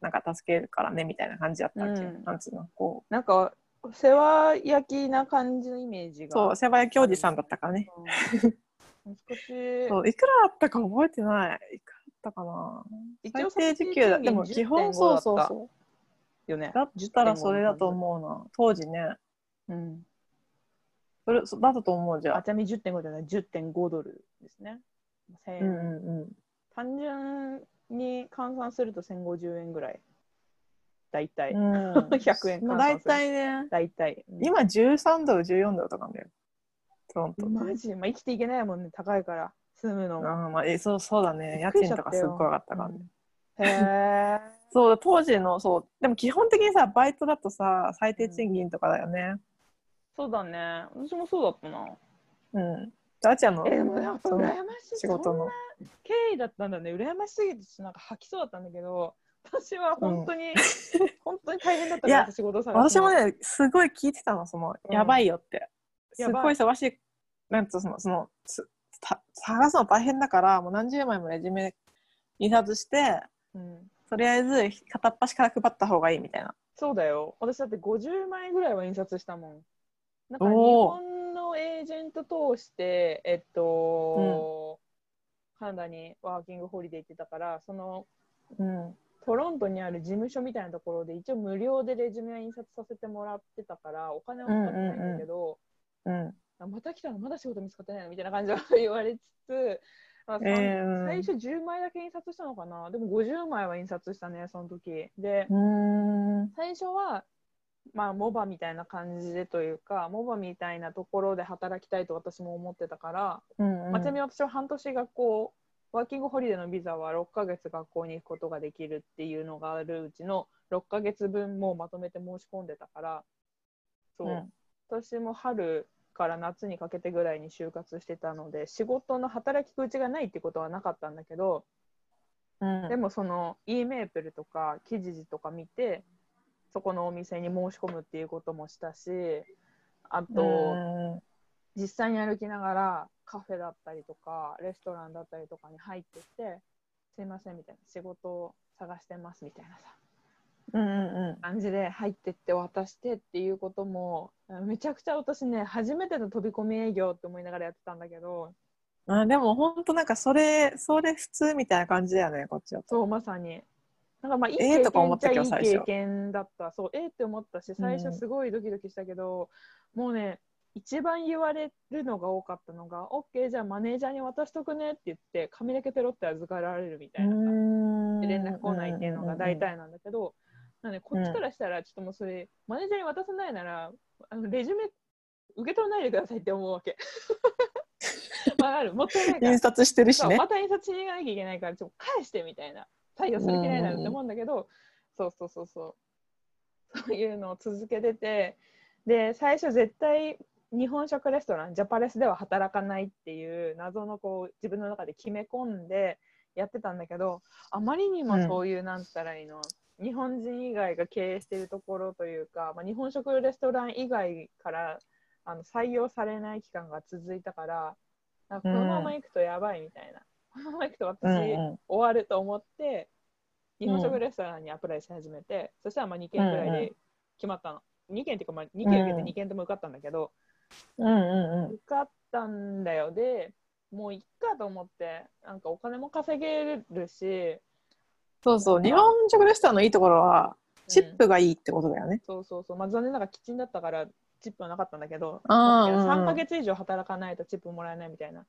[SPEAKER 1] なんか助けるからねみたいな感じだったわけ、
[SPEAKER 2] うん
[SPEAKER 1] なんつうのこう
[SPEAKER 2] なんか、世話焼きな感じのイメージが。
[SPEAKER 1] そう、世話焼きおじさんだったからね。
[SPEAKER 2] うん。難しい。
[SPEAKER 1] そういくらあったか覚えてない。いくらあったかな。
[SPEAKER 2] 一応
[SPEAKER 1] 最低時給だ。でも基本そうそう
[SPEAKER 2] う。
[SPEAKER 1] そう。
[SPEAKER 2] よね。
[SPEAKER 1] だったらそれだと思うな。当時ね。
[SPEAKER 2] うん。
[SPEAKER 1] それそだったと思うじゃ
[SPEAKER 2] あ
[SPEAKER 1] あ。
[SPEAKER 2] ちなみに10.5じゃない、10.5ドルですね。1000
[SPEAKER 1] うん
[SPEAKER 2] 円
[SPEAKER 1] うんうん。
[SPEAKER 2] 単純に換算すると1050円ぐらい。大体。
[SPEAKER 1] うん、
[SPEAKER 2] [laughs] 100円換算する
[SPEAKER 1] まあ大体ね。
[SPEAKER 2] 大体。うん
[SPEAKER 1] 今13ドル、14ドルとかなんだよ。トロント。
[SPEAKER 2] マジ、まあ、生きていけないもんね、高いから、住むのも。
[SPEAKER 1] うんまあ、えそうそうだね。
[SPEAKER 2] びっ
[SPEAKER 1] 家
[SPEAKER 2] くりし
[SPEAKER 1] 賃
[SPEAKER 2] ち
[SPEAKER 1] と
[SPEAKER 2] ゃっ
[SPEAKER 1] か
[SPEAKER 2] た
[SPEAKER 1] す
[SPEAKER 2] よ
[SPEAKER 1] っごい上がったからね。
[SPEAKER 2] へえ。
[SPEAKER 1] そう当時のそうでも基本的にさバイトだとさ最低賃金とかだよね
[SPEAKER 2] そうだね。私もそうだっ
[SPEAKER 1] [laughs]
[SPEAKER 2] たな。
[SPEAKER 1] うんじゃああちゃんの
[SPEAKER 2] え、でもやっぱ
[SPEAKER 1] そ
[SPEAKER 2] 羨
[SPEAKER 1] の
[SPEAKER 2] ましい。
[SPEAKER 1] 仕事
[SPEAKER 2] そん
[SPEAKER 1] の
[SPEAKER 2] な経緯だったんだね。羨ましすぎて、ちょっとなんか吐きそうだったんだけど、私は本当に、 [laughs] 本当に大変だったか
[SPEAKER 1] い
[SPEAKER 2] ら、
[SPEAKER 1] や
[SPEAKER 2] 私仕事探す
[SPEAKER 1] 私
[SPEAKER 2] の
[SPEAKER 1] も。ねすごい聞いてたのその、
[SPEAKER 2] うん
[SPEAKER 1] やばいよってすっ
[SPEAKER 2] やば
[SPEAKER 1] ごい
[SPEAKER 2] い
[SPEAKER 1] 忙しいなんつうのそのそのつた探すの大変だからもう何十枚もレジュメ印刷して
[SPEAKER 2] うん
[SPEAKER 1] とりあえず片っ端から配った方がいいみたいな
[SPEAKER 2] そうだよ。私だって50枚ぐらいは印刷したもん。なんか日
[SPEAKER 1] おー
[SPEAKER 2] 本のエージェント通して、えっと、カナダにワーキングホリデー行ってたから、その
[SPEAKER 1] うん
[SPEAKER 2] トロントにある事務所みたいなところで一応無料でレジュメは印刷させてもらってたからお金はかかってないんだけど、
[SPEAKER 1] うん
[SPEAKER 2] あまた来たのまだ仕事見つかってないのみたいな感じは言われつつ、まあさん
[SPEAKER 1] えー
[SPEAKER 2] 最初10枚だけ印刷したのかなでも50枚は印刷したねその時で
[SPEAKER 1] うーん
[SPEAKER 2] 最初はまあモバみたいな感じでというかモバみたいなところで働きたいと私も思ってたから、
[SPEAKER 1] うんうん
[SPEAKER 2] まあちなみに私は半年学校ワーキングホリデーのビザは6ヶ月学校に行くことができるっていうのがあるうちの6ヶ月分もうまとめて申し込んでたからそう、
[SPEAKER 1] うん
[SPEAKER 2] 私も春から夏にかけてぐらいに就活してたので仕事の働き口がないってことはなかったんだけど、
[SPEAKER 1] うん
[SPEAKER 2] でもその e メープルとか記事とか見てそこのお店に申し込むっていうこともしたしあと、
[SPEAKER 1] うん
[SPEAKER 2] 実際に歩きながらカフェだったりとかレストランだったりとかに入ってってすいませんみたいな仕事を探してますみたいなさ
[SPEAKER 1] うんうん
[SPEAKER 2] 感じで入ってって渡してっていうこともめちゃくちゃ私ね初めての飛び込み営業って思いながらやってたんだけど
[SPEAKER 1] うんあでも本当なんかそれそれ普通みたいな感じだよねこっちだと
[SPEAKER 2] そうまさになんかまあいい
[SPEAKER 1] ええ
[SPEAKER 2] 経
[SPEAKER 1] とか
[SPEAKER 2] 験
[SPEAKER 1] 思
[SPEAKER 2] っ
[SPEAKER 1] っ
[SPEAKER 2] ちゃ
[SPEAKER 1] た
[SPEAKER 2] い
[SPEAKER 1] けど
[SPEAKER 2] い
[SPEAKER 1] 最初
[SPEAKER 2] 経験だったそうええって思ったし
[SPEAKER 1] う
[SPEAKER 2] 最
[SPEAKER 1] ん
[SPEAKER 2] 初すごいドキドキしたけど、もうね一番言われるのが多かったのが「OK じゃあマネージャーに渡しとくね」って言って髪だけペロって預かられるみたいなさ、で連絡来ないっていうのが大体なんだけど、なんでこっちからしたらちょっともうそれ、マネージャーに渡さないならあのレジュメ受け取らないでくださいって思うわけ。 [laughs] わかるもったいないから
[SPEAKER 1] 印刷してるし
[SPEAKER 2] そう
[SPEAKER 1] ね
[SPEAKER 2] また印刷しに行かなきゃいけないからちょっと返してみたいな作業する気ないなって思うんだけど、そうそうそうそう [laughs] そういうのを続けててで最初絶対日本食レストランジャパレスでは働かないっていう謎のこう自分の中で決め込んでやってたんだけどあまりにもそういうなんつったらいいの、日本人以外が経営しているところというか、まあ、日本食レストラン以外からあの採用されない期間が続いたからなんかこのまま行くとやばいみたいな、 [laughs] このまま行くと私、
[SPEAKER 1] うん
[SPEAKER 2] 終
[SPEAKER 1] う
[SPEAKER 2] わると思って
[SPEAKER 1] ん
[SPEAKER 2] 日本食レストランにアプライし始めて、そしたらまあ2件ぐらいで決まったの、2件っていうかまあ2件受けて2件とも受かったんだけど、
[SPEAKER 1] んうんうん
[SPEAKER 2] 受かったんだよでもういっかと思ってなんかお金も稼げるし
[SPEAKER 1] そうそう日本食レストランのいいところはチップがいいってことだよね、
[SPEAKER 2] そうそうそう、まあ、残念ながらキッチンだったからチップはなかったんだけど
[SPEAKER 1] あーうんうん
[SPEAKER 2] 3ヶ月以上働かないとチップもらえないみたいな
[SPEAKER 1] は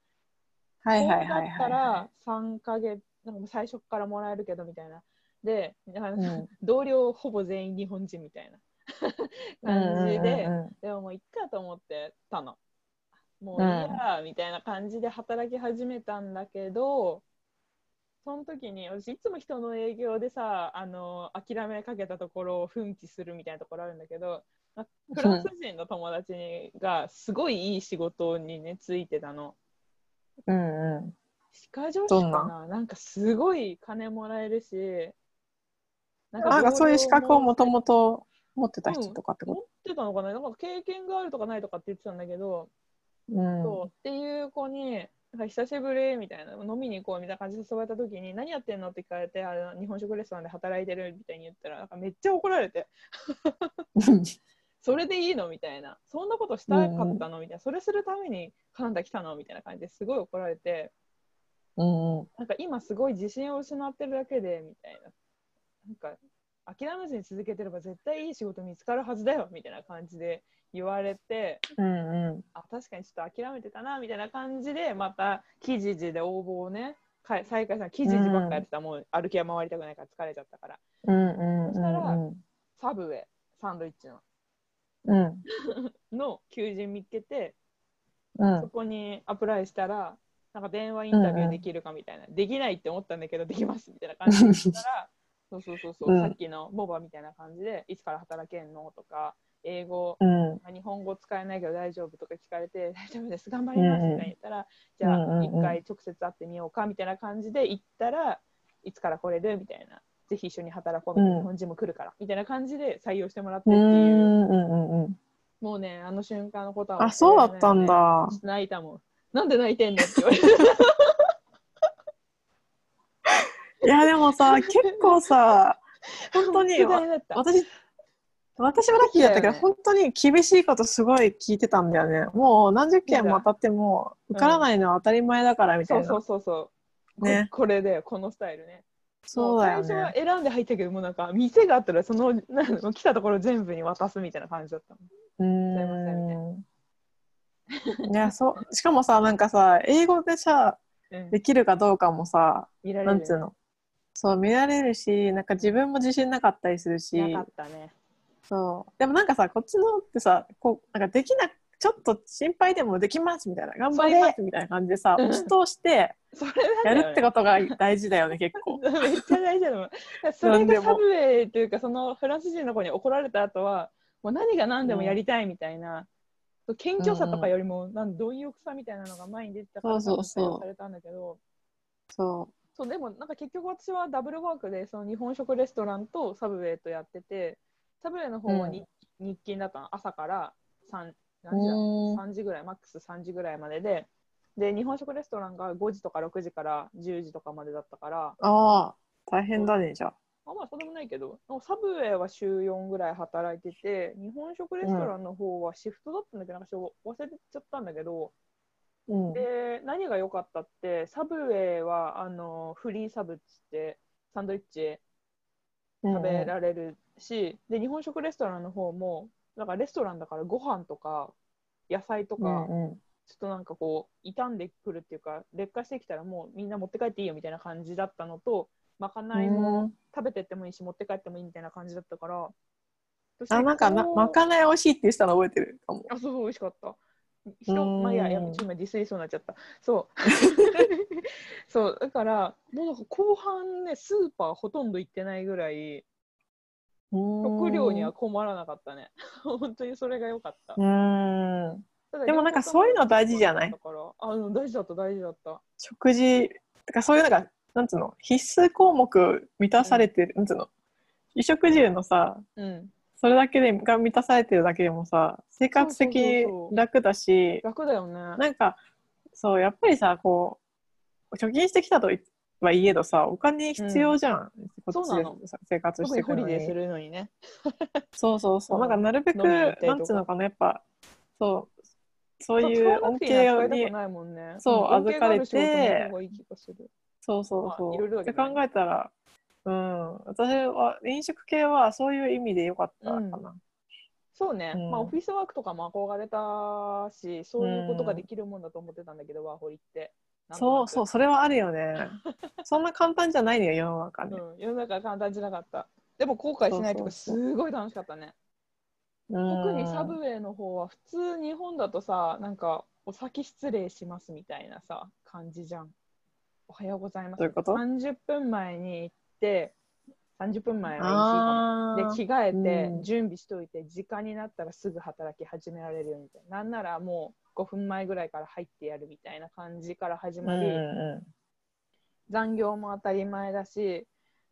[SPEAKER 2] そ
[SPEAKER 1] いうは
[SPEAKER 2] だ
[SPEAKER 1] いはいはい
[SPEAKER 2] ったら3ヶ月なんかもう最初からもらえるけどみたいなでなんか
[SPEAKER 1] うん
[SPEAKER 2] 同僚ほぼ全員日本人みたい
[SPEAKER 1] うんう
[SPEAKER 2] な感じで、
[SPEAKER 1] んうん
[SPEAKER 2] でももういっかと思ってたの。もういいや、みたいな感じで働き始めたんだけど、その時に私いつも人の営業でさあの諦めかけたところを奮起するみたいなところあるんだけどまあフランス人の友達がすごいいい仕事にねついてたの
[SPEAKER 1] うんうん
[SPEAKER 2] 歯科助手
[SPEAKER 1] ど
[SPEAKER 2] か
[SPEAKER 1] んな
[SPEAKER 2] ななんかすごい金もらえるしな
[SPEAKER 1] なんかそういう資格をもと
[SPEAKER 2] も
[SPEAKER 1] もと持ってた人とかって
[SPEAKER 2] 持
[SPEAKER 1] こ
[SPEAKER 2] ってたのかななんか経験があるとかないとかって言ってたんだけど
[SPEAKER 1] と、うん、
[SPEAKER 2] そうっていう子に「なんか久しぶり」みたいな「飲みに行こう」みたいな感じで誘われた時に「何やってんの?」って聞かれてあの「日本食レストランで働いてる」みたいに言ったらなんかめっちゃ怒られて
[SPEAKER 1] [laughs]
[SPEAKER 2] 「それでいいの?」みたいな「そんなことしたかったの?」みたいな「それするためにカナダ来たの?」みたいな感じですごい怒られて
[SPEAKER 1] うんうん
[SPEAKER 2] なんか今すごい自信を失ってるだけでみたいななんか諦めずに続けてれば絶対いい仕事見つかるはずだよみたいな感じで言われて。
[SPEAKER 1] うんうん
[SPEAKER 2] あ確かにちょっと諦めてたなみたいな感じでまた記事で応募をねか再開さん記事ばっかやってたらもう歩きは回りたくないから疲れちゃったから
[SPEAKER 1] うんうんうん
[SPEAKER 2] そしたら
[SPEAKER 1] うん
[SPEAKER 2] サブウェイサンドイッチの
[SPEAKER 1] うん
[SPEAKER 2] の求人見つけて
[SPEAKER 1] うん
[SPEAKER 2] そこにアプライしたらなんか電話インタビューできるかみたいな、できないって思ったんだけどできますみたいな感じで言っ
[SPEAKER 1] [laughs]
[SPEAKER 2] たらそうそうそうそう、
[SPEAKER 1] うん
[SPEAKER 2] さっきのモバみたいな感じでいつから働けんのとか英語
[SPEAKER 1] うん
[SPEAKER 2] まあ日本語使えないけど大丈夫とか聞かれて大丈夫です頑張りま
[SPEAKER 1] う
[SPEAKER 2] す
[SPEAKER 1] んうん
[SPEAKER 2] みたいに言ったら、じゃ
[SPEAKER 1] うんうんう
[SPEAKER 2] あ
[SPEAKER 1] ん
[SPEAKER 2] 一回直接会ってみようかみたいな感じで行ったらいつから来れるみたいなぜひ一緒に働こうみたい
[SPEAKER 1] うん
[SPEAKER 2] な、日本人も来るからみたいな感じで採用してもらって
[SPEAKER 1] う
[SPEAKER 2] っ
[SPEAKER 1] ん
[SPEAKER 2] ていう、
[SPEAKER 1] うんうん
[SPEAKER 2] もうねあの瞬間のことは
[SPEAKER 1] あそうだったん
[SPEAKER 2] ち
[SPEAKER 1] だ
[SPEAKER 2] ょっと泣いたもんなんで泣いてんのって言われて
[SPEAKER 1] いやでもさ結構さ [laughs] 本当
[SPEAKER 2] [laughs]
[SPEAKER 1] に
[SPEAKER 2] 世代だった
[SPEAKER 1] 私私はラッキーだったけど、
[SPEAKER 2] そうだよね
[SPEAKER 1] 本当に厳しいことすごい聞いてたんだよねもう何十件も当たっても
[SPEAKER 2] うん
[SPEAKER 1] 受からないのは当たり前だからみたい
[SPEAKER 2] そ
[SPEAKER 1] な、
[SPEAKER 2] うそうそうそう、
[SPEAKER 1] ね
[SPEAKER 2] ここれでこのスタイルね
[SPEAKER 1] そうだよ
[SPEAKER 2] 最初は
[SPEAKER 1] ね
[SPEAKER 2] 選んで入ったけどもうなんか店があったらその [laughs] なんか来たところ全部に渡すみたいな感じだったも
[SPEAKER 1] う
[SPEAKER 2] んざいませんみたい
[SPEAKER 1] んいやそうしかもさなんかさ英語でさ
[SPEAKER 2] うん
[SPEAKER 1] できるかどうかもさ
[SPEAKER 2] 見られる
[SPEAKER 1] な
[SPEAKER 2] よ
[SPEAKER 1] ん
[SPEAKER 2] ね
[SPEAKER 1] つうのそう見られるしなんか自分も自信なかったりするし
[SPEAKER 2] なかったね。
[SPEAKER 1] そうでもなんかさこっちのってさこうなんかできなちょっと心配でもできますみたいな頑張りますみたいな感じでさ
[SPEAKER 2] うん
[SPEAKER 1] 押し通して
[SPEAKER 2] それ
[SPEAKER 1] や
[SPEAKER 2] なんだよね
[SPEAKER 1] るってことが大事だよね結構
[SPEAKER 2] [laughs]
[SPEAKER 1] [laughs]
[SPEAKER 2] めっちゃ大事だもん。そ
[SPEAKER 1] な
[SPEAKER 2] れ
[SPEAKER 1] んで
[SPEAKER 2] が
[SPEAKER 1] も
[SPEAKER 2] サブウェイというか、そのフランス人の子に怒られた後は、もう何が何でもやりたいみたいな、謙虚さとかよりも、なん貪欲さみたいなのが前に出てたから
[SPEAKER 1] そうそうそう
[SPEAKER 2] 採用されたんだけど
[SPEAKER 1] そ
[SPEAKER 2] そうでもなんか結局私はダブルワークでその日本食レストランとサブウェイとやっててサブウェイの方は日,、日勤だったの朝から3何時だ
[SPEAKER 1] う
[SPEAKER 2] 3時ぐらいマックス3時ぐらいまででで日本食レストランが5時とか6時から10時とかまでだったから
[SPEAKER 1] ああ大変だねじゃあ
[SPEAKER 2] あんまりそうでもないけど、なんかサブウェイは週4ぐらい働いてて、日本食レストランの方はシフトだったんだけど、なんかちょっと忘れちゃったんだけど、
[SPEAKER 1] うん
[SPEAKER 2] で、何が良かったって、サブウェイはあのフリーサブっつって、サンドイッチ食べられるし、で、日本食レストランの方も、なんかレストランだからご飯とか野菜と
[SPEAKER 1] う
[SPEAKER 2] か、
[SPEAKER 1] んうん
[SPEAKER 2] ちょっとなんかこう、傷んでくるっていうか、劣化してきたらもうみんな持って帰っていいよみたいな感じだったのと、まかないも、食べてってもいいし持って帰ってもいいみたいな感じだったから
[SPEAKER 1] あなんかま
[SPEAKER 2] こう
[SPEAKER 1] まかない美味しいって言ってたの覚えてるかも
[SPEAKER 2] あそうそう美味しかった
[SPEAKER 1] う
[SPEAKER 2] 人
[SPEAKER 1] ん
[SPEAKER 2] まあいやいや今ディスりそうになっちゃったそう
[SPEAKER 1] [laughs]
[SPEAKER 2] そうだからもうなんか後半ねスーパーほとんど行ってないぐらい食料には困らなかったね [laughs] 本当にそれが良かった
[SPEAKER 1] うんうん
[SPEAKER 2] ただ
[SPEAKER 1] でもなんかそういうの大事じゃない
[SPEAKER 2] だからあうん大事だった大事だった
[SPEAKER 1] 食事とかそういうのがなんつうの必須項目満たされてる、なんつうの衣食住のさ
[SPEAKER 2] うん
[SPEAKER 1] それだけでが満たされてるだけでもさ生活的に
[SPEAKER 2] そうそうそうそう
[SPEAKER 1] 楽だし
[SPEAKER 2] 楽だよね
[SPEAKER 1] なんかそうやっぱりさこう貯金してきたとはいえどさお金必要じゃん、こっち
[SPEAKER 2] そうな
[SPEAKER 1] で
[SPEAKER 2] の
[SPEAKER 1] さ生活し
[SPEAKER 2] 特
[SPEAKER 1] て
[SPEAKER 2] に
[SPEAKER 1] いく
[SPEAKER 2] ホリ
[SPEAKER 1] のに
[SPEAKER 2] デーするのにね
[SPEAKER 1] そうそうそううんなんかなるべく
[SPEAKER 2] 飲みに行ったりとか
[SPEAKER 1] なんつうのかなやっぱそうそう
[SPEAKER 2] そう
[SPEAKER 1] いう恩恵
[SPEAKER 2] 使わなくていいな使
[SPEAKER 1] に
[SPEAKER 2] いたくないもんね
[SPEAKER 1] そうん
[SPEAKER 2] 恩恵がある仕事
[SPEAKER 1] 預かれて
[SPEAKER 2] の方がいい気がする
[SPEAKER 1] そうそうそう。
[SPEAKER 2] まあいろいろだ
[SPEAKER 1] って
[SPEAKER 2] けど
[SPEAKER 1] 考
[SPEAKER 2] ね
[SPEAKER 1] えたら、うん、私は飲食系はそういう意味で良かったかな。
[SPEAKER 2] そうね、
[SPEAKER 1] うん
[SPEAKER 2] まあオフィスワークとかも憧れたし、そういうことができるもんだと思ってたんだけど、ワーホリって。なんと
[SPEAKER 1] そ
[SPEAKER 2] な
[SPEAKER 1] う
[SPEAKER 2] く
[SPEAKER 1] そう、それはあるよ
[SPEAKER 2] [laughs]
[SPEAKER 1] ね。そんな簡単じゃないのよ、世の中ね。
[SPEAKER 2] うん、世の中は簡単じゃなかった。でも後悔しないとか、
[SPEAKER 1] そ
[SPEAKER 2] す
[SPEAKER 1] うそう
[SPEAKER 2] ごい楽しかったね。
[SPEAKER 1] うん
[SPEAKER 2] 特にサブウェイの方は、普通日本だとさ、なんかお先失礼しますみたいなさ、感じじゃん。おはようございます。
[SPEAKER 1] どういうこと
[SPEAKER 2] 30分前に行って、30分前はいいかも。
[SPEAKER 1] あ
[SPEAKER 2] で
[SPEAKER 1] ー
[SPEAKER 2] 着替え
[SPEAKER 1] うん
[SPEAKER 2] て準備しといて、時間になったらすぐ働き始められるよみたいななんならもう5分前ぐらいから入ってやるみたいな感じから始
[SPEAKER 1] うん
[SPEAKER 2] まり、
[SPEAKER 1] う
[SPEAKER 2] 残業も当たり前だし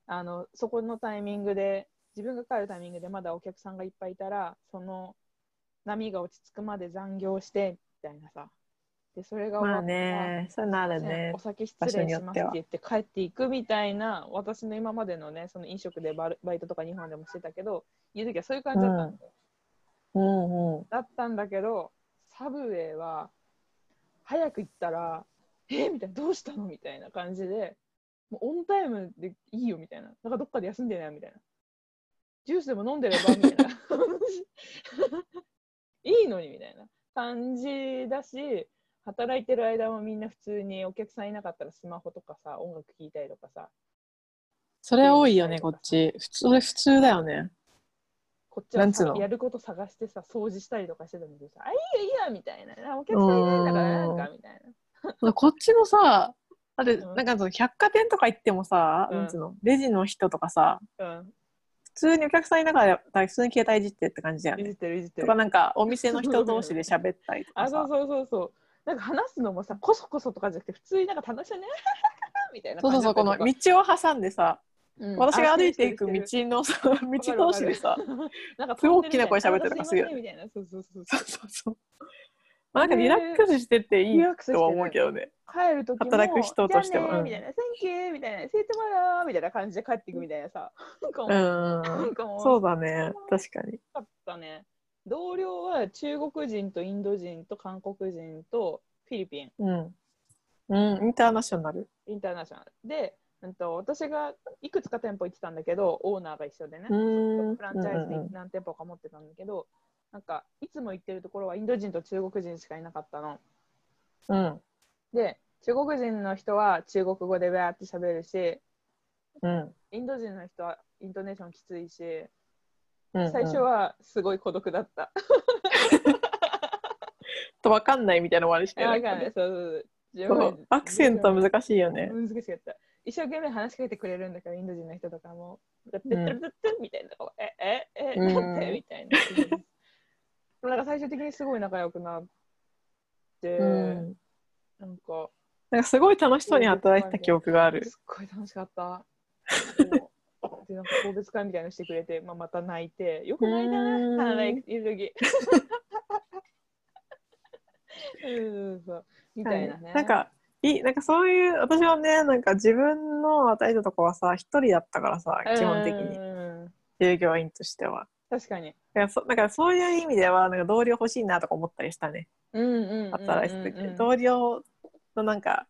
[SPEAKER 2] あのそこのタイミングで自分が帰るタイミングでまだお客さんがいっぱいいたらその波が落ち着くまで残業してみたいなさでそれが
[SPEAKER 1] ん、
[SPEAKER 2] 終
[SPEAKER 1] ま
[SPEAKER 2] わ
[SPEAKER 1] あ
[SPEAKER 2] ったら、
[SPEAKER 1] ね、そういうのあるね
[SPEAKER 2] お。先失礼しますって言って帰っていくみたいな私の今までのねその飲食でバルバイトとか日本でもしてたけどいう時はそういう感じだったんだよ、
[SPEAKER 1] うんうん。
[SPEAKER 2] だったんだけどサブウェイは早く行ったら「えみたいな「どうしたの?」みたいな感じで「もうオンタイムでいいよ」みたいな「なんかどっかで休んでねみたいな「ジュースでも飲んでれば」みたいな [laughs] 「いいのに」みたいな感じだし働いてる間もみんな普通にお客さんいなかったらスマホとかさ音楽聴いたりとかさ
[SPEAKER 1] それ多いよね、こっち。普通、それ普通だよね。
[SPEAKER 2] こっちは
[SPEAKER 1] なんつう
[SPEAKER 2] さ
[SPEAKER 1] の
[SPEAKER 2] やること探してさ掃除したりとかしてたんだけどさ「あいいよいいよ」みたいな「お客さんいないんだからなんか」みたいな。
[SPEAKER 1] こっちのさ、だって、
[SPEAKER 2] うん
[SPEAKER 1] なんかその百貨店とか行ってもさ、
[SPEAKER 2] うん
[SPEAKER 1] なんつうの、レジの人とかさ、
[SPEAKER 2] うん
[SPEAKER 1] 普通にお客さんいながら、普通に携帯いじってって感じだよね
[SPEAKER 2] いじ。ってるいじって
[SPEAKER 1] と
[SPEAKER 2] る
[SPEAKER 1] か。なんかお店の人同士で喋ったりとか
[SPEAKER 2] あ
[SPEAKER 1] さ
[SPEAKER 2] そうそうそうそう。なんか話すのもさこそこそとかじゃなくて普通になんか楽しいね [laughs] みたいな
[SPEAKER 1] そうそ
[SPEAKER 2] 感じ
[SPEAKER 1] うそうこの
[SPEAKER 2] だったり
[SPEAKER 1] 道を挟んでさ、
[SPEAKER 2] とかうん
[SPEAKER 1] 私が
[SPEAKER 2] あ
[SPEAKER 1] 歩いていく
[SPEAKER 2] し
[SPEAKER 1] 道
[SPEAKER 2] てるしてる
[SPEAKER 1] のさ道同士でさ
[SPEAKER 2] わかるわかるなんか
[SPEAKER 1] すごい大きな声喋ってるとかす
[SPEAKER 2] す
[SPEAKER 1] るよ
[SPEAKER 2] る
[SPEAKER 1] ね
[SPEAKER 2] みたいなそうそうそうそ
[SPEAKER 1] そううそうそう、まあ、なんかリラックスしてていい
[SPEAKER 2] リラックスして
[SPEAKER 1] と
[SPEAKER 2] る
[SPEAKER 1] は思うけどね
[SPEAKER 2] 帰る時も
[SPEAKER 1] 働く人としては
[SPEAKER 2] じゃあ
[SPEAKER 1] うん
[SPEAKER 2] ねみたいな「Thank you」みたいな「See you tomorrow」みたいな感じで帰っていくみたいなさなんかも
[SPEAKER 1] う
[SPEAKER 2] う、
[SPEAKER 1] ん
[SPEAKER 2] なんかもう
[SPEAKER 1] そうだね確かに
[SPEAKER 2] かったね同僚は中国人とインド人と韓国人とフィリピン
[SPEAKER 1] うん、うん、インターナショナル
[SPEAKER 2] インターナショナルで、うん、と私がいくつか店舗行ってたんだけどオーナーが一緒でね
[SPEAKER 1] うーん
[SPEAKER 2] フランチャイズで
[SPEAKER 1] うんうんうん
[SPEAKER 2] 何店舗か持ってたんだけどなんかいつも行ってるところはインド人と中国人しかいなかったの
[SPEAKER 1] うん
[SPEAKER 2] で中国人の人は中国語でウェーって喋るし
[SPEAKER 1] うん
[SPEAKER 2] インド人の人はイントネーションきついし
[SPEAKER 1] うん、
[SPEAKER 2] 最
[SPEAKER 1] う
[SPEAKER 2] 初
[SPEAKER 1] ん
[SPEAKER 2] はすごい孤独だった、
[SPEAKER 1] とわかんないみたいなのもあるしね
[SPEAKER 2] あ
[SPEAKER 1] な
[SPEAKER 2] [laughs] わ
[SPEAKER 1] ん
[SPEAKER 2] か
[SPEAKER 1] か
[SPEAKER 2] んない
[SPEAKER 1] ね
[SPEAKER 2] そうそう
[SPEAKER 1] そ
[SPEAKER 2] そう
[SPEAKER 1] うアクセント
[SPEAKER 2] 難
[SPEAKER 1] 難しいよね
[SPEAKER 2] 難しかった。一生懸命話しかけてくれるんだから、インド人の人とかも、だってってってってみたいな、えええ
[SPEAKER 1] うん
[SPEAKER 2] なんてみたいな。最終的にすごい仲良くなって、
[SPEAKER 1] うん、
[SPEAKER 2] なんか
[SPEAKER 1] なんかすごい楽しそうに働いてた記憶がある
[SPEAKER 2] す。っごい楽しかった。そうでなんか送別会みたいなのしてくれて、まあ、また泣いてよく泣いた
[SPEAKER 1] うん
[SPEAKER 2] な花いる時うんそうそうみたいなね、
[SPEAKER 1] なんかいいなんかそういう私はねなんか自分の与えたとこはさ一人だったからさ基本的に
[SPEAKER 2] うん
[SPEAKER 1] 従業員としては
[SPEAKER 2] 確かに
[SPEAKER 1] だからそだからそういう意味ではなんか同僚欲しいなとか思ったりしたね
[SPEAKER 2] うんうんうんうんうん
[SPEAKER 1] 働いてて、同僚のなんか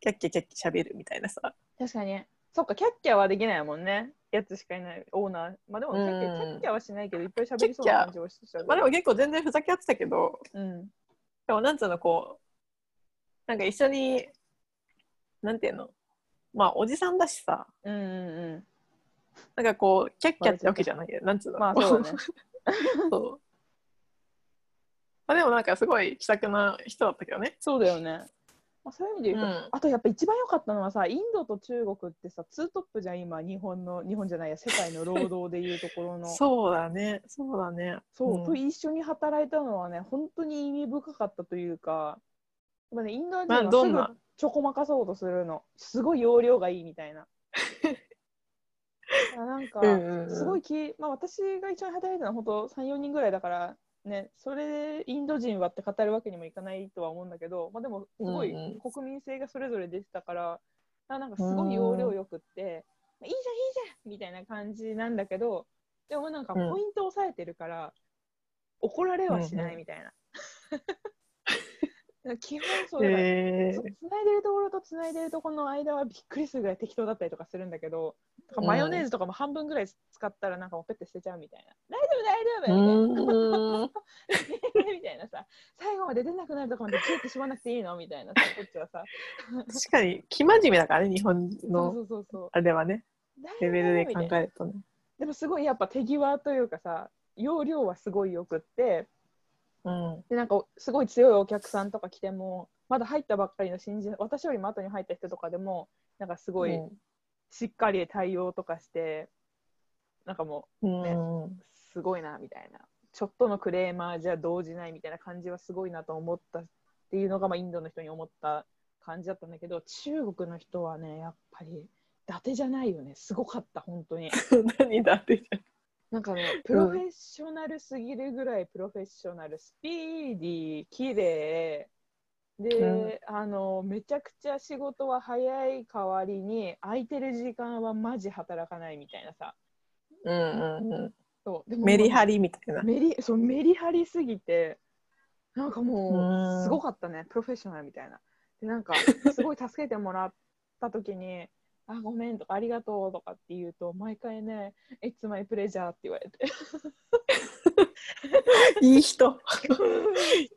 [SPEAKER 1] キャッキャキャッキャ喋るみたいなさ
[SPEAKER 2] 確かにそっかキャッキャはできないもんねやつしかいないオーナーまあでもキャッキャ,、
[SPEAKER 1] うん
[SPEAKER 2] キャッキャはしないけどいっぱい喋りそうな感じはしてた
[SPEAKER 1] まあでも結構全然ふざけ合ってたけど
[SPEAKER 2] うん
[SPEAKER 1] でもなんつうのこうなんか一緒になんていうのまあおじさんだしさ
[SPEAKER 2] うんうん
[SPEAKER 1] [laughs] なんかこうキャッキャってわけじゃないけどなんつう
[SPEAKER 2] う
[SPEAKER 1] の
[SPEAKER 2] んまあそうだね
[SPEAKER 1] [laughs] そう。まあでもなんかすごい気さくな人だったけどね。
[SPEAKER 2] そうだよね、まあ、そういう意味で
[SPEAKER 1] う
[SPEAKER 2] 言うと、
[SPEAKER 1] ん。
[SPEAKER 2] あとやっぱ一番良かったのはさインドと中国ってさツートップじゃん今日本の日本じゃないや世界の労働でいうところのそう
[SPEAKER 1] [laughs] そうだね。そうだね。うん
[SPEAKER 2] と一緒に働いたのはね本当に意味深かったというかやっぱねインド人
[SPEAKER 1] まあ
[SPEAKER 2] は
[SPEAKER 1] ど
[SPEAKER 2] す
[SPEAKER 1] ん
[SPEAKER 2] ぐ
[SPEAKER 1] な。
[SPEAKER 2] ちょこまかそうとするのすごい容量がいいみ
[SPEAKER 1] [laughs]
[SPEAKER 2] たいなあなんか、
[SPEAKER 1] うんうん
[SPEAKER 2] すごいき、まあ、私が一緒に働いたのは本当34人ぐらいだからねそれでインド人はって語るわけにもいかないとは思うんだけど、まあ、でもすごい
[SPEAKER 1] うんうん
[SPEAKER 2] 国民性がそれぞれ出てたから、あなんかすごい要領よくって、まあいいじゃんいいじゃんみたいな感じなんだけどでもなんかポイ
[SPEAKER 1] うん
[SPEAKER 2] ント押さえてるから、怒られはし
[SPEAKER 1] うん
[SPEAKER 2] な
[SPEAKER 1] う
[SPEAKER 2] い
[SPEAKER 1] ん
[SPEAKER 2] みたいな。 [laughs] だから基本そうだから
[SPEAKER 1] え
[SPEAKER 2] そうつないでるところとつないでるところの間はびっくりするぐらい適当だったりとかするんだけどだからマヨネーズとかも半分ぐらい使ったらなんかもうペッて捨てちゃうみたいな、
[SPEAKER 1] ー。う
[SPEAKER 2] 大丈夫大丈夫み
[SPEAKER 1] ーん。
[SPEAKER 2] たいなみたいなさ最後まで出なくなるとこまで消えてしまわなくていいのみたいなさこっちはさ
[SPEAKER 1] 確かに、生真面目だからね、日本
[SPEAKER 2] そう
[SPEAKER 1] の、
[SPEAKER 2] そうそうそう
[SPEAKER 1] あれはね、
[SPEAKER 2] 大丈夫
[SPEAKER 1] レベルで考
[SPEAKER 2] みたいな
[SPEAKER 1] えるとね。
[SPEAKER 2] でもすごいやっぱ手際というかさ容量はすごいよくって
[SPEAKER 1] うん。
[SPEAKER 2] でなんかすごい強いお客さんとか来てもまだ入ったばっかりの新人私よりも後に入った人とかでもなんかすごいしっかり対応とかして、なんかもう
[SPEAKER 1] うん。
[SPEAKER 2] ね
[SPEAKER 1] うん
[SPEAKER 2] すごいなみたいなちょっとのクレーマーじゃ動じないみたいな感じはすごいなと思ったっていうのが、まあ、インドの人に思った感じだったんだけど中国の人はねやっぱり伊達じゃないよねすごかった本当に
[SPEAKER 1] [laughs] 何だってじゃん。
[SPEAKER 2] なんかねプロフェッショナルすぎるぐらいプロフェッショナルスピーディー綺麗で、
[SPEAKER 1] うん
[SPEAKER 2] あのめちゃくちゃ仕事は早い代わりに空いてる時間はマジ働かないみたいなさ
[SPEAKER 1] うんうんう
[SPEAKER 2] そうで
[SPEAKER 1] ん。
[SPEAKER 2] も
[SPEAKER 1] メリハリみたいな。
[SPEAKER 2] メリそうメリハリすぎてなんか
[SPEAKER 1] う
[SPEAKER 2] も
[SPEAKER 1] ん
[SPEAKER 2] うすごかったねプロフェッショナルみたいなでなんかすごい助けてもらった時に「あごめん」とか「ありがとう」とかって言うと毎回ね「It's my pleasure」って言わ
[SPEAKER 1] [laughs]
[SPEAKER 2] れて
[SPEAKER 1] いい人。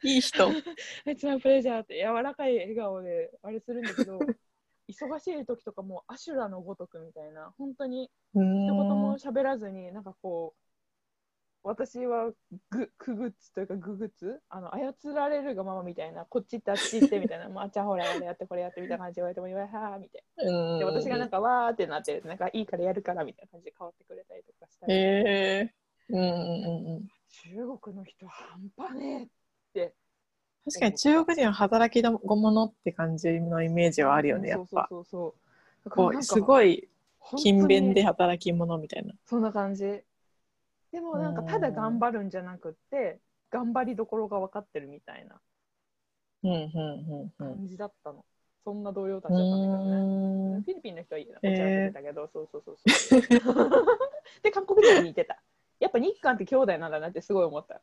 [SPEAKER 1] いい
[SPEAKER 2] [laughs]
[SPEAKER 1] 人。
[SPEAKER 2] 「It's my pleasure」って柔らかい笑顔であれするんだ
[SPEAKER 1] [laughs]
[SPEAKER 2] けど忙しい時とかもうアシュラのごとくみたいな本当に
[SPEAKER 1] う
[SPEAKER 2] 一言
[SPEAKER 1] ん。
[SPEAKER 2] も喋らずに、なんかこう、私はぐ、くぐつというか、ぐぐつあの、操られるがままみたいな、こっち行ってあっち行ってみた
[SPEAKER 1] [laughs]
[SPEAKER 2] いな、もうあっちゃほら、あれやってこれやってみたいな感じで言われても、いわはーみたいな。で、私がなんかわーってなって、なんかいいからやるからみたいな感じで変わってくれたりとかしたり、
[SPEAKER 1] えー。うんうんうんうん。
[SPEAKER 2] 中国の人半端ねえって。
[SPEAKER 1] 確かに中国人は働き者って感じのイメージはあるよね、やっぱ。
[SPEAKER 2] そうそうそうそう。だから
[SPEAKER 1] こ
[SPEAKER 2] なん
[SPEAKER 1] う
[SPEAKER 2] か
[SPEAKER 1] すごい
[SPEAKER 2] 本当に
[SPEAKER 1] 勤勉で働き者みたいな。
[SPEAKER 2] そんな感じ。でもなんかただ頑張るんじゃなくって、頑張りどころが分かってるみたいな
[SPEAKER 1] うんうんうんうん。
[SPEAKER 2] 感じだったの。そんな同僚たちだったんだけどね。
[SPEAKER 1] うーん
[SPEAKER 2] フィリピンの人はいいな、こ
[SPEAKER 1] えー
[SPEAKER 2] ちらってたけど、そうそうそうそう。 [laughs] で、韓国人に似てた。やっぱ日韓って兄弟なんだなってすごい思った。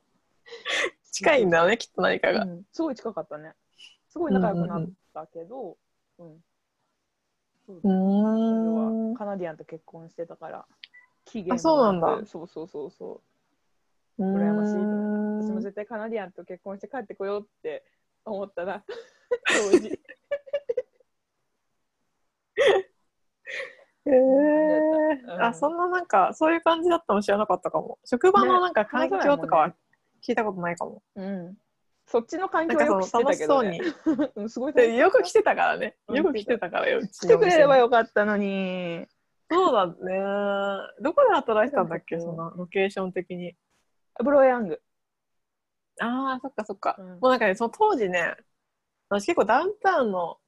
[SPEAKER 1] [laughs] 近いんだよねきっと何か
[SPEAKER 2] う
[SPEAKER 1] が。
[SPEAKER 2] ん、すごい近かったね。すごい仲良くなったけど、うんそう
[SPEAKER 1] う
[SPEAKER 2] だねそ
[SPEAKER 1] ー
[SPEAKER 2] れ
[SPEAKER 1] ん
[SPEAKER 2] はカナディアンと結婚してたから、期
[SPEAKER 1] あそうなんだ
[SPEAKER 2] もくそうそうそうそう。羨ましいと私も絶対カナディアンと結婚して帰ってこようって思ったら当時
[SPEAKER 1] へ
[SPEAKER 2] う
[SPEAKER 1] ー
[SPEAKER 2] ん
[SPEAKER 1] あそんななんかそういう感じだったの知らなかったかも。職場のなんか環境とかは聞いたことないかも。
[SPEAKER 2] [laughs] うんそっちの環
[SPEAKER 1] な
[SPEAKER 2] 境
[SPEAKER 1] んか
[SPEAKER 2] はよく知っ
[SPEAKER 1] そ
[SPEAKER 2] て
[SPEAKER 1] の
[SPEAKER 2] た
[SPEAKER 1] 楽
[SPEAKER 2] け
[SPEAKER 1] し
[SPEAKER 2] ど、
[SPEAKER 1] そう
[SPEAKER 2] ね
[SPEAKER 1] に。
[SPEAKER 2] うん、すごい楽し
[SPEAKER 1] で
[SPEAKER 2] かった
[SPEAKER 1] よく来てたからね。
[SPEAKER 2] [laughs] うん
[SPEAKER 1] よく来てたからよ。来
[SPEAKER 2] 来てくれればよかったのに
[SPEAKER 1] そうだね。どこで働いてたんだっけ、そのロケーション的に。
[SPEAKER 2] ブローヤング
[SPEAKER 1] ああ、そっかそっか。
[SPEAKER 2] うん
[SPEAKER 1] もうなんかね、その当時ね、私結構ダウンタウンの、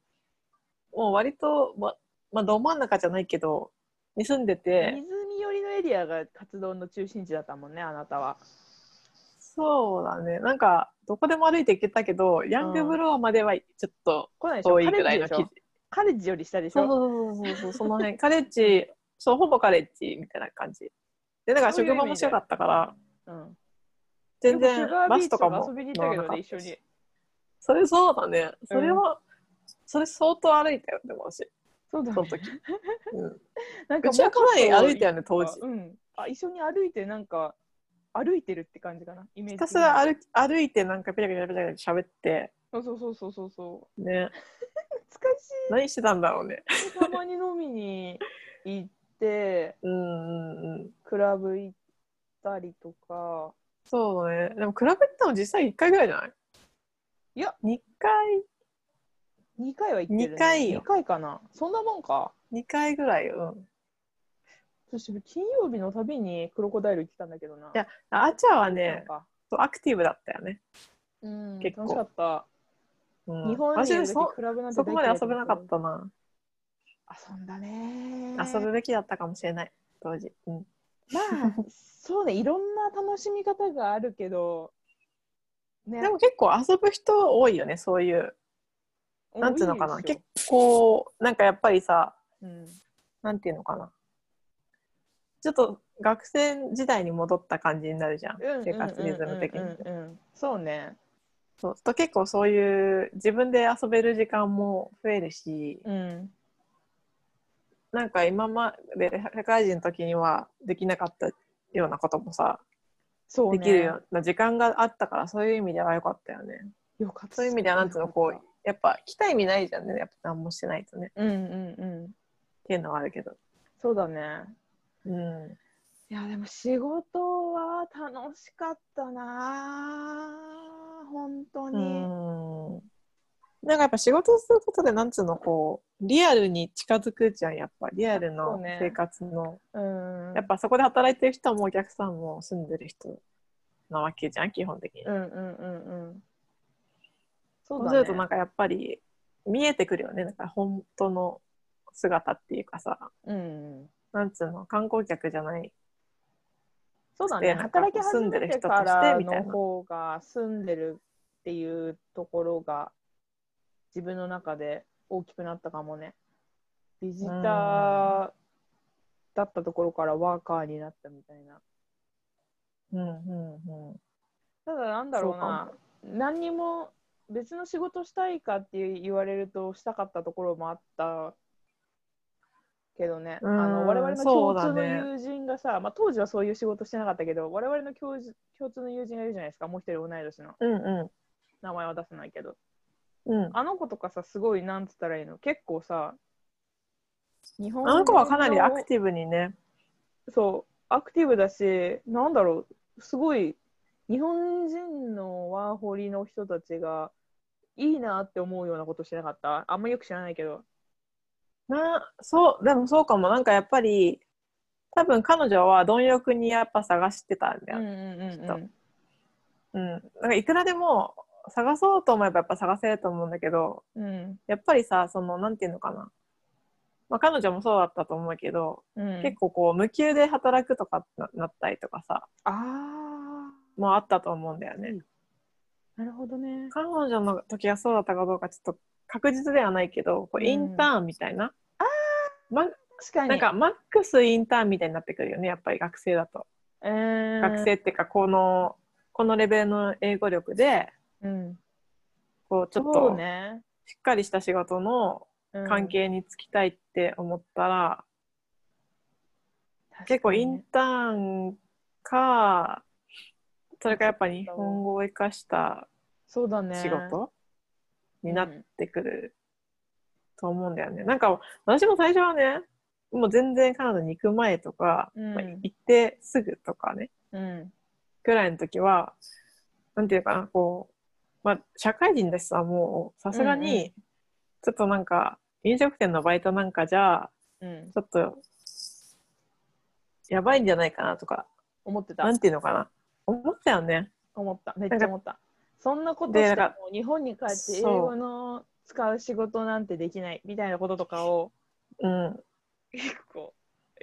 [SPEAKER 1] もう割と、ま、まあ、ど真ん中じゃないけど、に住んでて、
[SPEAKER 2] 湖寄りのエリアが活動の中心地だったもんねあなたは
[SPEAKER 1] そうだね、なんか、どこでも歩いて行けたけど、ヤングブローまではちょっと
[SPEAKER 2] 来ないでしょ
[SPEAKER 1] 遠いぐらいの
[SPEAKER 2] カ
[SPEAKER 1] 記
[SPEAKER 2] レッ
[SPEAKER 1] 事
[SPEAKER 2] ジでしょ。カレッジより下でし
[SPEAKER 1] そう
[SPEAKER 2] ょ
[SPEAKER 1] そうそうそうそう、その辺、カレッジ、そう、ほぼカレッジみたいな感じ。で、だから
[SPEAKER 2] そうい
[SPEAKER 1] 職
[SPEAKER 2] う意味
[SPEAKER 1] 場も近かったから、
[SPEAKER 2] うん
[SPEAKER 1] 全
[SPEAKER 2] よ
[SPEAKER 1] 然
[SPEAKER 2] くシュガービー
[SPEAKER 1] バ
[SPEAKER 2] チ
[SPEAKER 1] スとかも
[SPEAKER 2] 遊びに行
[SPEAKER 1] 乗
[SPEAKER 2] っ
[SPEAKER 1] らな
[SPEAKER 2] たけど
[SPEAKER 1] かっ
[SPEAKER 2] ね一緒
[SPEAKER 1] たし
[SPEAKER 2] に
[SPEAKER 1] それそうだね、それは、それ相当歩いたよ、でも私、
[SPEAKER 2] そうだ
[SPEAKER 1] その
[SPEAKER 2] ね [laughs]
[SPEAKER 1] 時。うん
[SPEAKER 2] なん
[SPEAKER 1] うちはかなり歩いたよね、当時。
[SPEAKER 2] うんあ一緒に歩いてなんか歩いてるって感じかなイメージ
[SPEAKER 1] ひたすら
[SPEAKER 2] る
[SPEAKER 1] 歩き歩いて、なんかペラペラペラペラ喋って、
[SPEAKER 2] そうそうそうそうそうそう
[SPEAKER 1] ね、
[SPEAKER 2] 懐かしい
[SPEAKER 1] 何してたんだろうね。
[SPEAKER 2] たまに飲みに行って
[SPEAKER 1] うんうんうん。
[SPEAKER 2] クラブ行ったりとか
[SPEAKER 1] そうだね。でも、比べたの実際1回ぐらいじゃない
[SPEAKER 2] いや、
[SPEAKER 1] 2回、
[SPEAKER 2] 2回は行ってる、ね、
[SPEAKER 1] 二回よ
[SPEAKER 2] 2回かなそんなもんか
[SPEAKER 1] 2回ぐらいよ。うん。
[SPEAKER 2] 私金曜日のたびにクロコダイル来たんだけどない
[SPEAKER 1] やあちゃは
[SPEAKER 2] なん
[SPEAKER 1] ね、
[SPEAKER 2] か
[SPEAKER 1] そうアクティブだったよね。
[SPEAKER 2] うん
[SPEAKER 1] 結構
[SPEAKER 2] 楽しかった、
[SPEAKER 1] うん、
[SPEAKER 2] 日本にい
[SPEAKER 1] 私
[SPEAKER 2] る時
[SPEAKER 1] そ
[SPEAKER 2] クラブなんて
[SPEAKER 1] そこまで遊べなかったたな。
[SPEAKER 2] 遊んだね
[SPEAKER 1] 遊ぶべきだったかもしれない、当時。うん。
[SPEAKER 2] まあそうねいろんな楽しみ方があるけどね
[SPEAKER 1] でも結構遊ぶ人多いよね、そういう。なんていうのかな。
[SPEAKER 2] 多いでし
[SPEAKER 1] 結
[SPEAKER 2] ょ
[SPEAKER 1] 構、なんかやっぱりさ、
[SPEAKER 2] うん
[SPEAKER 1] なんていうのかな。ちょっと学生時代に戻った感じになるじゃん、生活リズム的に
[SPEAKER 2] うん。うんうんうんそうね
[SPEAKER 1] そうすると結構そういう自分で遊べる時間も増えるし、
[SPEAKER 2] うん
[SPEAKER 1] なんか今まで社会人の時にはできなかったようなこともさ、
[SPEAKER 2] そう
[SPEAKER 1] で
[SPEAKER 2] ね
[SPEAKER 1] きるような時間があったからそういう意味では良かったよね。
[SPEAKER 2] よかった
[SPEAKER 1] そういう意味ではなんていうのこうやっぱ来た意味ないじゃんねやっぱ何もしてないとねっ
[SPEAKER 2] うんうんうん
[SPEAKER 1] ていうのはあるけど。
[SPEAKER 2] そうだね
[SPEAKER 1] うん、
[SPEAKER 2] いやでも仕事は楽しかったなあ本当
[SPEAKER 1] う
[SPEAKER 2] に、
[SPEAKER 1] んなんかやっぱ仕事をすることでなんつうのこうリアルに近づくじゃんやっぱリアル
[SPEAKER 2] そう
[SPEAKER 1] の
[SPEAKER 2] ね
[SPEAKER 1] 生活の、
[SPEAKER 2] うん、
[SPEAKER 1] やっぱそこで働いてる人もお客さんも住んでる人なわけじゃん基本的に。
[SPEAKER 2] うんうんうんうんそ
[SPEAKER 1] そうう
[SPEAKER 2] だ
[SPEAKER 1] す
[SPEAKER 2] ね
[SPEAKER 1] るとなんかやっぱり見えてくるよねなんか本当の姿っていうかさ
[SPEAKER 2] うん
[SPEAKER 1] なんつうの観光客じゃない
[SPEAKER 2] そうだ
[SPEAKER 1] で
[SPEAKER 2] ね
[SPEAKER 1] なんか
[SPEAKER 2] 働き始
[SPEAKER 1] 住んで
[SPEAKER 2] め
[SPEAKER 1] る
[SPEAKER 2] て
[SPEAKER 1] 人として
[SPEAKER 2] から
[SPEAKER 1] みた
[SPEAKER 2] の
[SPEAKER 1] いな
[SPEAKER 2] 方が住んでるっていうところが自分の中で大きくなったかもねビジターだったところからワーカーになったみたいな
[SPEAKER 1] うんうんうん
[SPEAKER 2] ただなんだろうな
[SPEAKER 1] そ
[SPEAKER 2] 何にも別の仕事したいかって言われるとしたかったところもあったけどね、
[SPEAKER 1] うん
[SPEAKER 2] あの我々の
[SPEAKER 1] そう
[SPEAKER 2] 共
[SPEAKER 1] だ
[SPEAKER 2] 通の
[SPEAKER 1] ね
[SPEAKER 2] 友人がさ、まあ、当時はそういう仕事してなかったけど我々の共通共通の友人がいるじゃないですかもう一人同い年の
[SPEAKER 1] うんうん
[SPEAKER 2] 名前は出せないけど
[SPEAKER 1] うん
[SPEAKER 2] あの子とかさすごいなんつったらいいの結構さ日本
[SPEAKER 1] あの子はかなりアク
[SPEAKER 2] テ
[SPEAKER 1] ティブにね。
[SPEAKER 2] ィブそうアクティブだしなんだろうすごい日本人のワーホリの人たちがいいなって思うようなことしてなかったあんまよく知らないけど
[SPEAKER 1] なそうでもそうかもなんかやっぱり多分彼女は貪欲にやっぱ探してたんだよ、
[SPEAKER 2] うん
[SPEAKER 1] ね
[SPEAKER 2] うん
[SPEAKER 1] きっとうんなんかいくらでも探そうと思えばやっぱ探せると思うんだけど
[SPEAKER 2] うんうん
[SPEAKER 1] やっぱりさそのなんていうのかな、まあ、彼女もそうだったと思うけど、
[SPEAKER 2] うん
[SPEAKER 1] 結構こう無給で働くとかななったりとかさ
[SPEAKER 2] あ
[SPEAKER 1] もあったと思うんだよね、
[SPEAKER 2] うんあなるほどね
[SPEAKER 1] 彼女の時はそうだったかどうかちょっと確実ではないけどこうインターンみたいな、ま
[SPEAKER 2] 確かに
[SPEAKER 1] なんかマックスインターンみたいになってくるよねやっぱり学生だと、学
[SPEAKER 2] 学
[SPEAKER 1] 生っていうかこのこのレベルの英語力で
[SPEAKER 2] うん
[SPEAKER 1] こうちょっ
[SPEAKER 2] そう
[SPEAKER 1] と
[SPEAKER 2] ね
[SPEAKER 1] しっかりした仕事の
[SPEAKER 2] うん
[SPEAKER 1] 関係に就きたいって思ったら、結構インターンかそれかやっぱ日本語を生かした
[SPEAKER 2] そうだね
[SPEAKER 1] 仕事になっ
[SPEAKER 2] うん
[SPEAKER 1] てくると思うんだよね、なんか私も最初はねもう全然彼女に行く前とか、
[SPEAKER 2] うん
[SPEAKER 1] まあ行ってすぐとかね
[SPEAKER 2] うん
[SPEAKER 1] ぐらいの時は、なんていうかな、こう、まあ、社会人だしさ、もう、さすが
[SPEAKER 2] うんう
[SPEAKER 1] に、ちょっとなんか、飲食店のバイトなんかじゃ、
[SPEAKER 2] うん
[SPEAKER 1] ちょっと、やばいんじゃないかなとか、
[SPEAKER 2] 思ってた
[SPEAKER 1] なんていうのかな、思ったよね。
[SPEAKER 2] 思っためっちゃ思ったそんなこと
[SPEAKER 1] で
[SPEAKER 2] して
[SPEAKER 1] なんか
[SPEAKER 2] も日本に帰って英
[SPEAKER 1] そう
[SPEAKER 2] 語の使う仕事なんてできないみたいなこととかを
[SPEAKER 1] うん、
[SPEAKER 2] 結構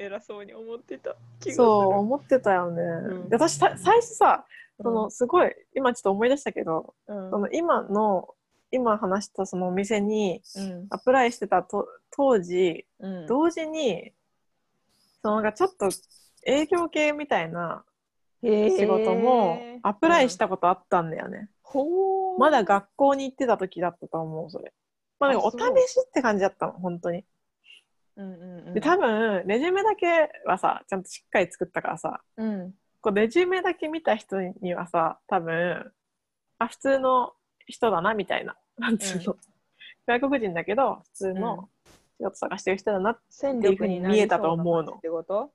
[SPEAKER 2] 偉そうに思ってた気がする
[SPEAKER 1] そう思ってたよね、
[SPEAKER 2] ん
[SPEAKER 1] で私さ最初さ
[SPEAKER 2] うん
[SPEAKER 1] そのすごい今ちょっと思い出したけど、
[SPEAKER 2] うん
[SPEAKER 1] その今の今話したそのお店に
[SPEAKER 2] うん
[SPEAKER 1] アプライしてたと当時
[SPEAKER 2] うん
[SPEAKER 1] 同時にそのなんかちょっと営業系みたいな仕事も
[SPEAKER 2] へー
[SPEAKER 1] アプライしたことあったんだよね、
[SPEAKER 2] ほー
[SPEAKER 1] まだ学校に行ってた時だったと思うそれまあなんかお
[SPEAKER 2] あそう
[SPEAKER 1] 試しって感じだったの本当に
[SPEAKER 2] うんうんうん
[SPEAKER 1] で多分レジュメだけはさちゃんとしっかり作ったからさ
[SPEAKER 2] うん
[SPEAKER 1] こうレジュメだけ見た人にはさ多分あ普通の人だなみたいななんつうの、外国人だけど普通
[SPEAKER 2] うん
[SPEAKER 1] の仕事探してる人だなっ
[SPEAKER 2] 戦
[SPEAKER 1] っていうふう
[SPEAKER 2] 力
[SPEAKER 1] に
[SPEAKER 2] に
[SPEAKER 1] 見えたと思うの
[SPEAKER 2] なりそうな感じってこと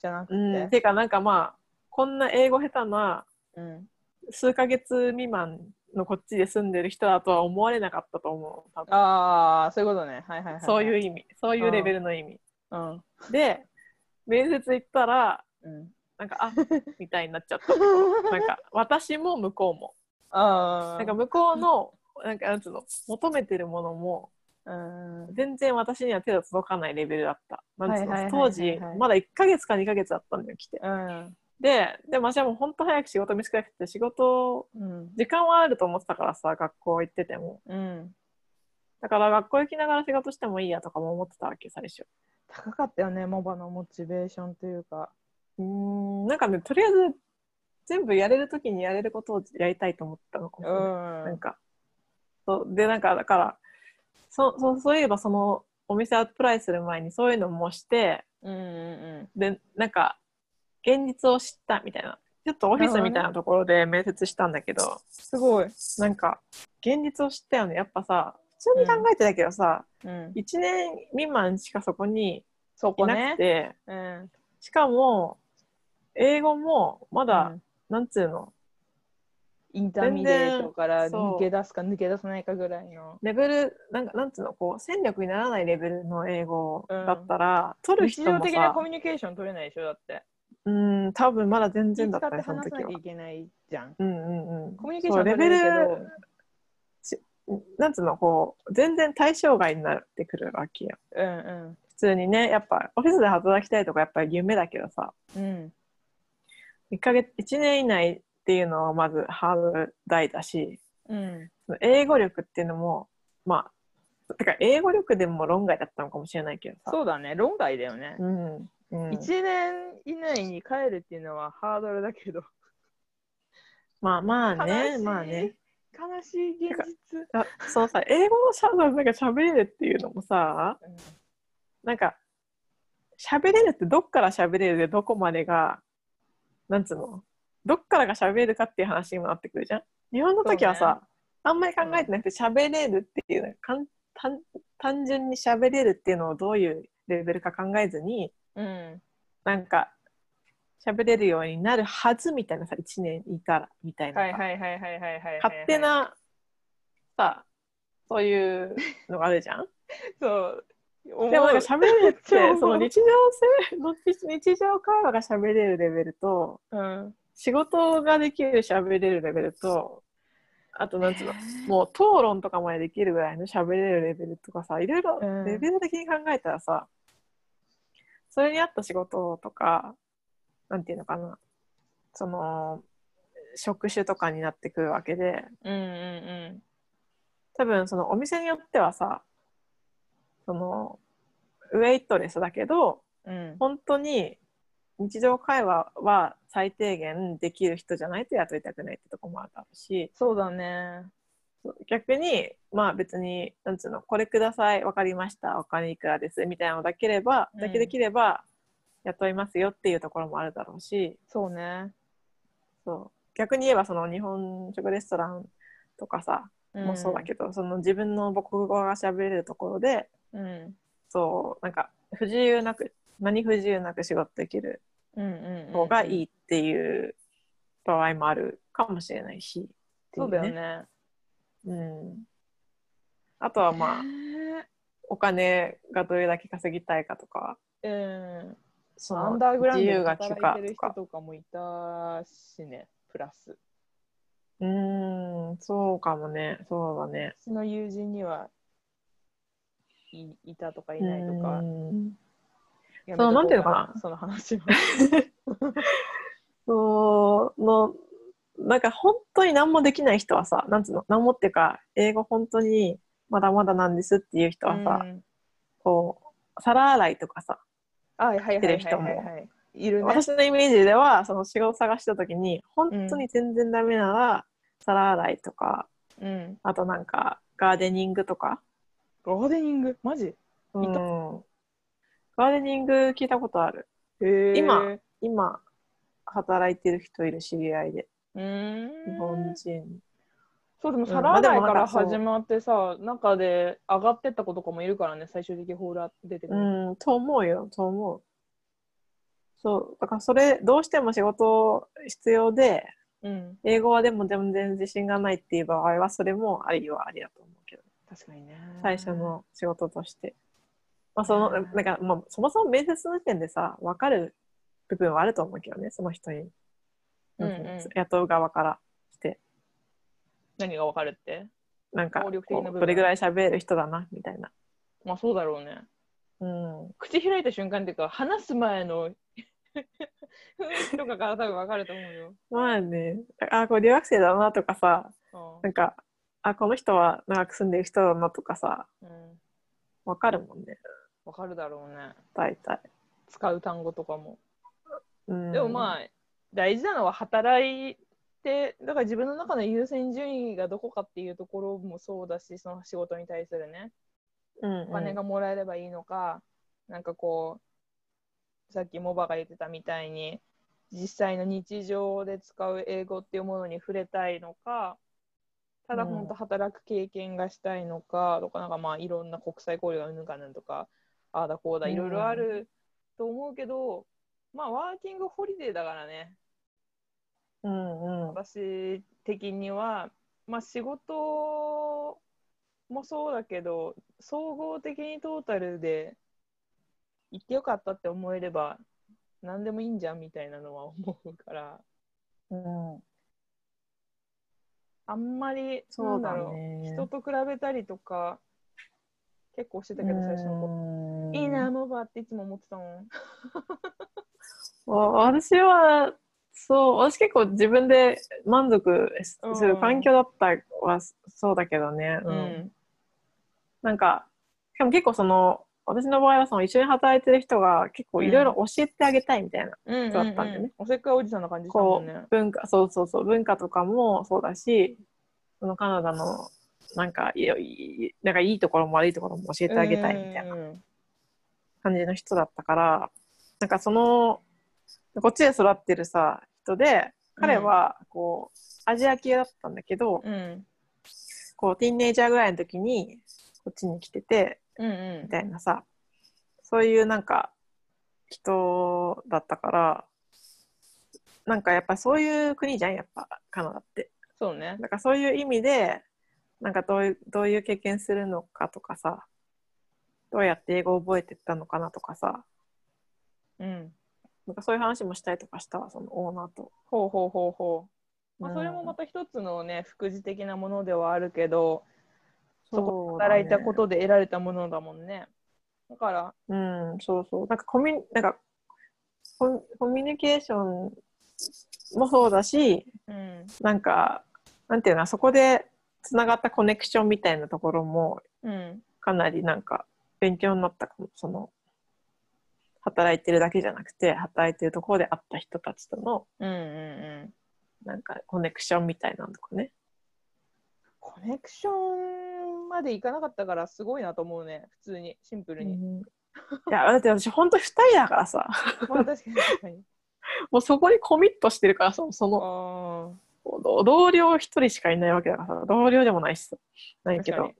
[SPEAKER 2] じゃなく
[SPEAKER 1] て、
[SPEAKER 2] て、
[SPEAKER 1] うん、てかなんかまあこんな英語下手な
[SPEAKER 2] うん
[SPEAKER 1] 数ヶ月未満のこっちで住んでる人だとは思われなかったと思う多分
[SPEAKER 2] ああそういうことねはいはいはい、はい、
[SPEAKER 1] そういう
[SPEAKER 2] う、
[SPEAKER 1] 意味そういうレベルの意味
[SPEAKER 2] うん
[SPEAKER 1] で面接行ったら
[SPEAKER 2] うん、
[SPEAKER 1] なんかあみたいになっちゃったなんか私も向こうも
[SPEAKER 2] ああ
[SPEAKER 1] なんか向こうのなんかなんつうの求めてるものも
[SPEAKER 2] うん
[SPEAKER 1] 全然私には手が届かないレベルだったなんつうの
[SPEAKER 2] はいはいはいはいは
[SPEAKER 1] 当
[SPEAKER 2] い
[SPEAKER 1] 時まだ1ヶ月か2ヶ月だったんだよ来て
[SPEAKER 2] うん
[SPEAKER 1] ででも私はもうほんと早く仕事見つけなくて仕事
[SPEAKER 2] うん
[SPEAKER 1] 時間はあると思ってたからさ学校行ってても
[SPEAKER 2] うん
[SPEAKER 1] だから学校行きながら仕事してもいいやとかも思ってたわけ最初
[SPEAKER 2] 高かったよねモバのモチベーションというか
[SPEAKER 1] うーんなんかねとりあえず全部やれる時にやれることをやりたいと思ったのか
[SPEAKER 2] う
[SPEAKER 1] もしれない
[SPEAKER 2] ん
[SPEAKER 1] なんか、そうで、なんか、だから、そそそういえば、その、お店アップライする前にそういうのもして、
[SPEAKER 2] うんうん
[SPEAKER 1] で、なんか、現実を知ったみたいな、ちょっとオフィスみたいなところで面接したんだけど、
[SPEAKER 2] すごい、
[SPEAKER 1] なんか、現実を知ったよね。やっぱさ、普通に考えてたけどさ、
[SPEAKER 2] うん、
[SPEAKER 1] 一1年未満しかそこに
[SPEAKER 2] そ
[SPEAKER 1] い
[SPEAKER 2] こ
[SPEAKER 1] な
[SPEAKER 2] ね
[SPEAKER 1] くて、
[SPEAKER 2] うん
[SPEAKER 1] しかも、英語も、まだ、
[SPEAKER 2] うん
[SPEAKER 1] なんつうの、
[SPEAKER 2] インターミデートから
[SPEAKER 1] 全然そう
[SPEAKER 2] 抜け出すか抜け出さないかぐらいの
[SPEAKER 1] レベル、なんか、なんつうの、こう、戦力にならないレベルの英語だったら、取る
[SPEAKER 2] 日
[SPEAKER 1] 人もさ、
[SPEAKER 2] 常的なコミュニケーション取れないでしょだって
[SPEAKER 1] うん、多分まだ全
[SPEAKER 2] 気使
[SPEAKER 1] 然だっ
[SPEAKER 2] っ
[SPEAKER 1] た
[SPEAKER 2] て
[SPEAKER 1] ね、その
[SPEAKER 2] 話
[SPEAKER 1] 時
[SPEAKER 2] さ
[SPEAKER 1] は
[SPEAKER 2] なきゃ。いけないじゃん
[SPEAKER 1] うんうんうん。
[SPEAKER 2] コミュニケーショ
[SPEAKER 1] そ
[SPEAKER 2] ン
[SPEAKER 1] うレ
[SPEAKER 2] は
[SPEAKER 1] ベ
[SPEAKER 2] 取れるけ
[SPEAKER 1] ル、なんつうの、こう、全然対象外になってくるわけよ。
[SPEAKER 2] どうん
[SPEAKER 1] 普通にね、やっぱ、オフィスで働きたいとか、やっぱり夢だけどさ、
[SPEAKER 2] うんうん
[SPEAKER 1] 1ヶ月、1年以内っていうのはまずハードル大だし、
[SPEAKER 2] うん
[SPEAKER 1] その英語力っていうのも、まあ、てか、英語力でも論外だったのかもしれないけどさ。
[SPEAKER 2] そうだね論外だよね、
[SPEAKER 1] うん。うん、
[SPEAKER 2] 一1年以内に帰るっていうのはハードルだけど
[SPEAKER 1] まあまあ
[SPEAKER 2] 悲
[SPEAKER 1] ね、
[SPEAKER 2] しい
[SPEAKER 1] まあね。
[SPEAKER 2] 悲しい現実、
[SPEAKER 1] あそのさ、英語をしゃなんか喋れるっていうのもさ、なんか、喋れるってどっから喋れるでどこまでが、なんつうの、どっからが喋れるかっていう話にもなってくるじゃん。日本の時は
[SPEAKER 2] そう
[SPEAKER 1] さ、あんまり考えてなくて喋れるっていう、かん単単純に喋れるっていうのをどういうレベルか考えずに、
[SPEAKER 2] うん
[SPEAKER 1] なんか、喋れるようになるはずみたいなさ、1年いたら、みたいなさ。
[SPEAKER 2] はいはいはいはいはいはいはい
[SPEAKER 1] 勝手な、さ、そういうのがあるじゃん。
[SPEAKER 2] [laughs] そう
[SPEAKER 1] でもなんか
[SPEAKER 2] しゃ
[SPEAKER 1] 喋れる
[SPEAKER 2] [laughs]
[SPEAKER 1] っ
[SPEAKER 2] めっちゃ
[SPEAKER 1] て
[SPEAKER 2] 思う
[SPEAKER 1] その日常性 [laughs] の日常会話が喋れるレベルと
[SPEAKER 2] うん
[SPEAKER 1] 仕事ができる喋れるレベルとあとなんつうのもう討論とかまでできるぐらいの喋れるレベルとかさいろいろ
[SPEAKER 2] うん
[SPEAKER 1] レベル的に考えたらさ、それに合った仕事とかなんていうのかなその職種とかになってくるわけで
[SPEAKER 2] うんうん
[SPEAKER 1] 多分そのお店によってはさそのウェイトレスだけど
[SPEAKER 2] うんうん
[SPEAKER 1] 本当に日常会話は最低限できる人じゃないと雇いたくないってとこもあるだろうし
[SPEAKER 2] そうだね
[SPEAKER 1] 逆にまあ別になんつうのこれくださいわかりましたお金いくらですみたいなのだければ、
[SPEAKER 2] うん
[SPEAKER 1] だけできれば雇いますよっていうところもあるだろうし
[SPEAKER 2] そうね、
[SPEAKER 1] そう逆に言えばその日本食レストランとかさもそうだけど、その自分の母国語が喋れるところで
[SPEAKER 2] どうん
[SPEAKER 1] そうなんか不自由なく何不自由なく仕事できる
[SPEAKER 2] うんうんうん
[SPEAKER 1] 方がいい
[SPEAKER 2] い
[SPEAKER 1] っていう場合もあるかもしれないし、
[SPEAKER 2] そうだよ
[SPEAKER 1] っ
[SPEAKER 2] ね
[SPEAKER 1] ていうね、うん、あとはまあお金がどれだけ稼ぎたいかとか
[SPEAKER 2] あうん
[SPEAKER 1] そ
[SPEAKER 2] ア
[SPEAKER 1] の
[SPEAKER 2] ンダーグラウン
[SPEAKER 1] 自
[SPEAKER 2] ドで
[SPEAKER 1] 由が利くか
[SPEAKER 2] 働いてる
[SPEAKER 1] と
[SPEAKER 2] 人
[SPEAKER 1] か
[SPEAKER 2] とかもいたしねプラス
[SPEAKER 1] うーん、そうかもね。そうだね。
[SPEAKER 2] その友人にはいいたとかい
[SPEAKER 1] い
[SPEAKER 2] ないとか、やめとこ
[SPEAKER 1] そうなんていうのかな
[SPEAKER 2] その
[SPEAKER 1] [laughs]
[SPEAKER 2] 話は。
[SPEAKER 1] その、なんか本当に何もできない人はさ、なんつうの、何もっていうか、英語本当にまだまだなんですっていう人はさ、
[SPEAKER 2] うん
[SPEAKER 1] こう、皿洗いとかさ、
[SPEAKER 2] あ、はいはいはいはい
[SPEAKER 1] 知ってる人
[SPEAKER 2] はい、はい。いるね。
[SPEAKER 1] 私のイメージでは、その仕事探した時に、本当に全然ダメなら、皿洗いとか、
[SPEAKER 2] うん。
[SPEAKER 1] あとなんか、ガーデニングとか、
[SPEAKER 2] ガーデニングマジ
[SPEAKER 1] う
[SPEAKER 2] いた
[SPEAKER 1] ん、ガーデニング聞いたことある。
[SPEAKER 2] へー
[SPEAKER 1] 今今、働いてる人いる知り合いで、
[SPEAKER 2] うーん
[SPEAKER 1] 日本人。
[SPEAKER 2] そうでも
[SPEAKER 1] ん
[SPEAKER 2] 皿洗い
[SPEAKER 1] まあでもな
[SPEAKER 2] から
[SPEAKER 1] んかそう
[SPEAKER 2] 始まってさ、中で上がってった子とかもいるからね最終的にホーラー出てくる、
[SPEAKER 1] うん、と思うよ、と思う。そう、だからそれ、どうしても仕事必要で、
[SPEAKER 2] うん
[SPEAKER 1] 英語はでも全然自信がないっていう場合は、それもありはありだと思うけど、
[SPEAKER 2] 確かにね
[SPEAKER 1] 最初の仕事として。まあ、その、
[SPEAKER 2] う
[SPEAKER 1] なんんか、まあ、そもそも面接の時点でさ、わかる部分はあると思うけどね、その人に。
[SPEAKER 2] うんう
[SPEAKER 1] な
[SPEAKER 2] ん
[SPEAKER 1] んていうの雇う側からして、
[SPEAKER 2] 何がわかるって
[SPEAKER 1] なんか
[SPEAKER 2] 能力的な
[SPEAKER 1] こ
[SPEAKER 2] 部分
[SPEAKER 1] う、どれぐらい喋る人だな、みたいな。
[SPEAKER 2] まあそうだろうね
[SPEAKER 1] うん。
[SPEAKER 2] 口開いた瞬間っていうか話す前の [laughs] 雰囲気とかから多分わかると思うよ
[SPEAKER 1] まあね、あ、こう留学生だなとかさ、
[SPEAKER 2] あ
[SPEAKER 1] なんか、あ、この人は長く住んでる人だなとかさ、
[SPEAKER 2] あうん
[SPEAKER 1] わかるもんね、
[SPEAKER 2] わかるだろうね
[SPEAKER 1] 大体。
[SPEAKER 2] 使う単語とかも
[SPEAKER 1] うん、
[SPEAKER 2] でもまあ大事なのは働いてだから自分の中の優先順位がどこかっていうところもそうだしその仕事に対するね
[SPEAKER 1] うんうん、
[SPEAKER 2] お金がもらえればいいのか、なんかこうさっきモバが言ってたみたいに実際の日常で使う英語っていうものに触れたいのかただ
[SPEAKER 1] うん
[SPEAKER 2] 本当働く経験がしたいのかとか、なんかまあいろんな国際交流がうんぬんかなんとかああだこうだ
[SPEAKER 1] うん
[SPEAKER 2] いろいろあると思うけど、まあワーキングホリデーだからね
[SPEAKER 1] うんうん。
[SPEAKER 2] 私的には、まあ、仕事もそうだけど総合的にトータルで行ってよかったって思えれば何でもいいんじゃんみたいなのは思うから
[SPEAKER 1] うん、
[SPEAKER 2] あんまり
[SPEAKER 1] そうだ
[SPEAKER 2] なん
[SPEAKER 1] ね。
[SPEAKER 2] 人と比べたりとか結構してたけど最初の頃
[SPEAKER 1] うん
[SPEAKER 2] いいな。モバっていつも思ってたもん。
[SPEAKER 1] わ私は、そう、私結構自分で満足す
[SPEAKER 2] うん
[SPEAKER 1] する環境だったはそうだけどね。うん。なんか、しかも結構その、私の場合はその一緒に働いてる人が結構いろいろ教えてあげたいみたいな。
[SPEAKER 2] うんうん
[SPEAKER 1] そうだったんだよね
[SPEAKER 2] おせっかいおじさんな感じしたも
[SPEAKER 1] こ
[SPEAKER 2] んね。
[SPEAKER 1] う文化そうそうそう文化とかもそうだしそのカナダのなんかいいいなんかいいところも悪いところも教えてあげたいみたいな
[SPEAKER 2] うんうん
[SPEAKER 1] 感じの人だったからなんかそのこっちで育ってるさ人で彼はこう、アジア系だったんだけど
[SPEAKER 2] うん
[SPEAKER 1] こうティーンネイジャーぐらいの時にこっちに来てて
[SPEAKER 2] うん
[SPEAKER 1] みたいなさそういうなんか人だったからなんかやっぱそういう国じゃんやっぱカナダって。
[SPEAKER 2] そうね。
[SPEAKER 1] なんかそういう意味で、なんかどういう、どういう経験するのかとかさ、どうやって英語を覚えてったのかなとかさ、
[SPEAKER 2] うん
[SPEAKER 1] なんかそういう話もしたりとかしたわ、そのオーナーと。
[SPEAKER 2] ほうほうほうほう。まあ、
[SPEAKER 1] うん
[SPEAKER 2] それもまた一つのね、副次的なものではあるけど、そこ
[SPEAKER 1] うだね
[SPEAKER 2] 働いたことで得られたものだもんね。だから、
[SPEAKER 1] うん、そうそう。なんかコミュ、なんかコミ、コミュニケーションもそうだし、
[SPEAKER 2] うん。
[SPEAKER 1] なんか、なんていうの、そこでつながったコネクションみたいなところも、
[SPEAKER 2] うん。
[SPEAKER 1] かなりなんか勉強になったかもその働いてるだけじゃなくて働いてるところで会った人たちとの
[SPEAKER 2] うんうんうん。
[SPEAKER 1] なんかコネクションみたいなのとかね
[SPEAKER 2] コネクションまでいかなかったから、すごいなと思うね。普通に、シンプルに。
[SPEAKER 1] いやだって私本当二人だからさ
[SPEAKER 2] まあ、確かに確
[SPEAKER 1] [laughs]
[SPEAKER 2] かに。
[SPEAKER 1] もうそこにコミットしてるからさその
[SPEAKER 2] あ
[SPEAKER 1] 同僚一人しかいないわけだからさ同僚でもないしさな
[SPEAKER 2] あ。
[SPEAKER 1] いけ
[SPEAKER 2] 確か
[SPEAKER 1] ど
[SPEAKER 2] に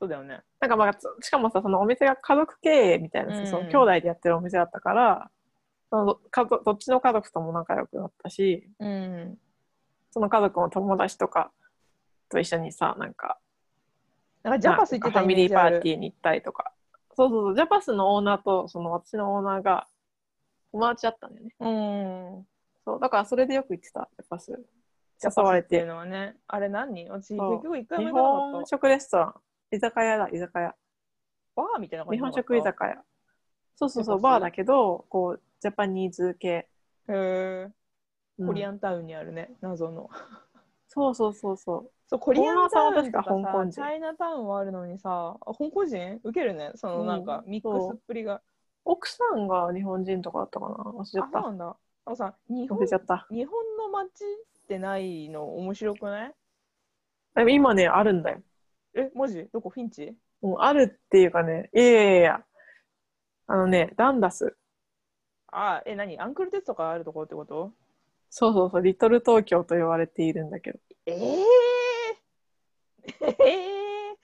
[SPEAKER 2] そうだよね。
[SPEAKER 1] なんかまあつしかもさそのお店が家族経営みたいなさ、
[SPEAKER 2] うん
[SPEAKER 1] その兄弟でやってるお店だったからその家族どっちの家族とも仲良くなったし
[SPEAKER 2] うん。
[SPEAKER 1] その家族の友達とかと一緒にさ、なんか、
[SPEAKER 2] なんかジャパス行ってた
[SPEAKER 1] ファミリーパー
[SPEAKER 2] ィ
[SPEAKER 1] ティーに行ったりとか。そうそうそう、ジャパスのオーナーと、その私のオーナーが友達だったんだよね。
[SPEAKER 2] ー。うん。
[SPEAKER 1] そう、だからそれでよく行ってた、ジャパス。誘われ
[SPEAKER 2] っていう
[SPEAKER 1] て
[SPEAKER 2] のはね、あれ何私、結
[SPEAKER 1] そう
[SPEAKER 2] 局一回
[SPEAKER 1] 日
[SPEAKER 2] も行かなか
[SPEAKER 1] 本
[SPEAKER 2] った。
[SPEAKER 1] 食レストラン居酒屋だ居酒屋
[SPEAKER 2] バーみたいな感じ
[SPEAKER 1] 日本食居酒屋そうそうそう
[SPEAKER 2] なんかそ
[SPEAKER 1] バー
[SPEAKER 2] う
[SPEAKER 1] だけどこうジャパニーズ系、
[SPEAKER 2] 屋。へ
[SPEAKER 1] う
[SPEAKER 2] え。
[SPEAKER 1] ん
[SPEAKER 2] コリアンタウンにあるね、
[SPEAKER 1] [laughs]
[SPEAKER 2] 謎の。
[SPEAKER 1] そうそうそうそう
[SPEAKER 2] そう、コリアンタウンとか
[SPEAKER 1] オーナーさんは確か香
[SPEAKER 2] さ
[SPEAKER 1] 港、人
[SPEAKER 2] チャイナタウンはあるのにさ、あ香港人ウケるね、そのなんか
[SPEAKER 1] うん
[SPEAKER 2] ミックスっぷりが。
[SPEAKER 1] 奥さんが日本人とかだったかな忘れちゃ
[SPEAKER 2] あ、
[SPEAKER 1] っ
[SPEAKER 2] そう
[SPEAKER 1] た
[SPEAKER 2] なんだ。あのさ、日
[SPEAKER 1] 忘
[SPEAKER 2] 本
[SPEAKER 1] れちゃった
[SPEAKER 2] 日本の街ってないの面白くない
[SPEAKER 1] でも今ねあるんだよ、
[SPEAKER 2] え、マジどこフィンチ
[SPEAKER 1] うん、あるっていうかねいやいやいやあのねダンダス
[SPEAKER 2] あ、え、何アンクルテスとかあるところってこと
[SPEAKER 1] そうそうそうリトル東京と言われているんだけど
[SPEAKER 2] ええ [laughs] ええ
[SPEAKER 1] い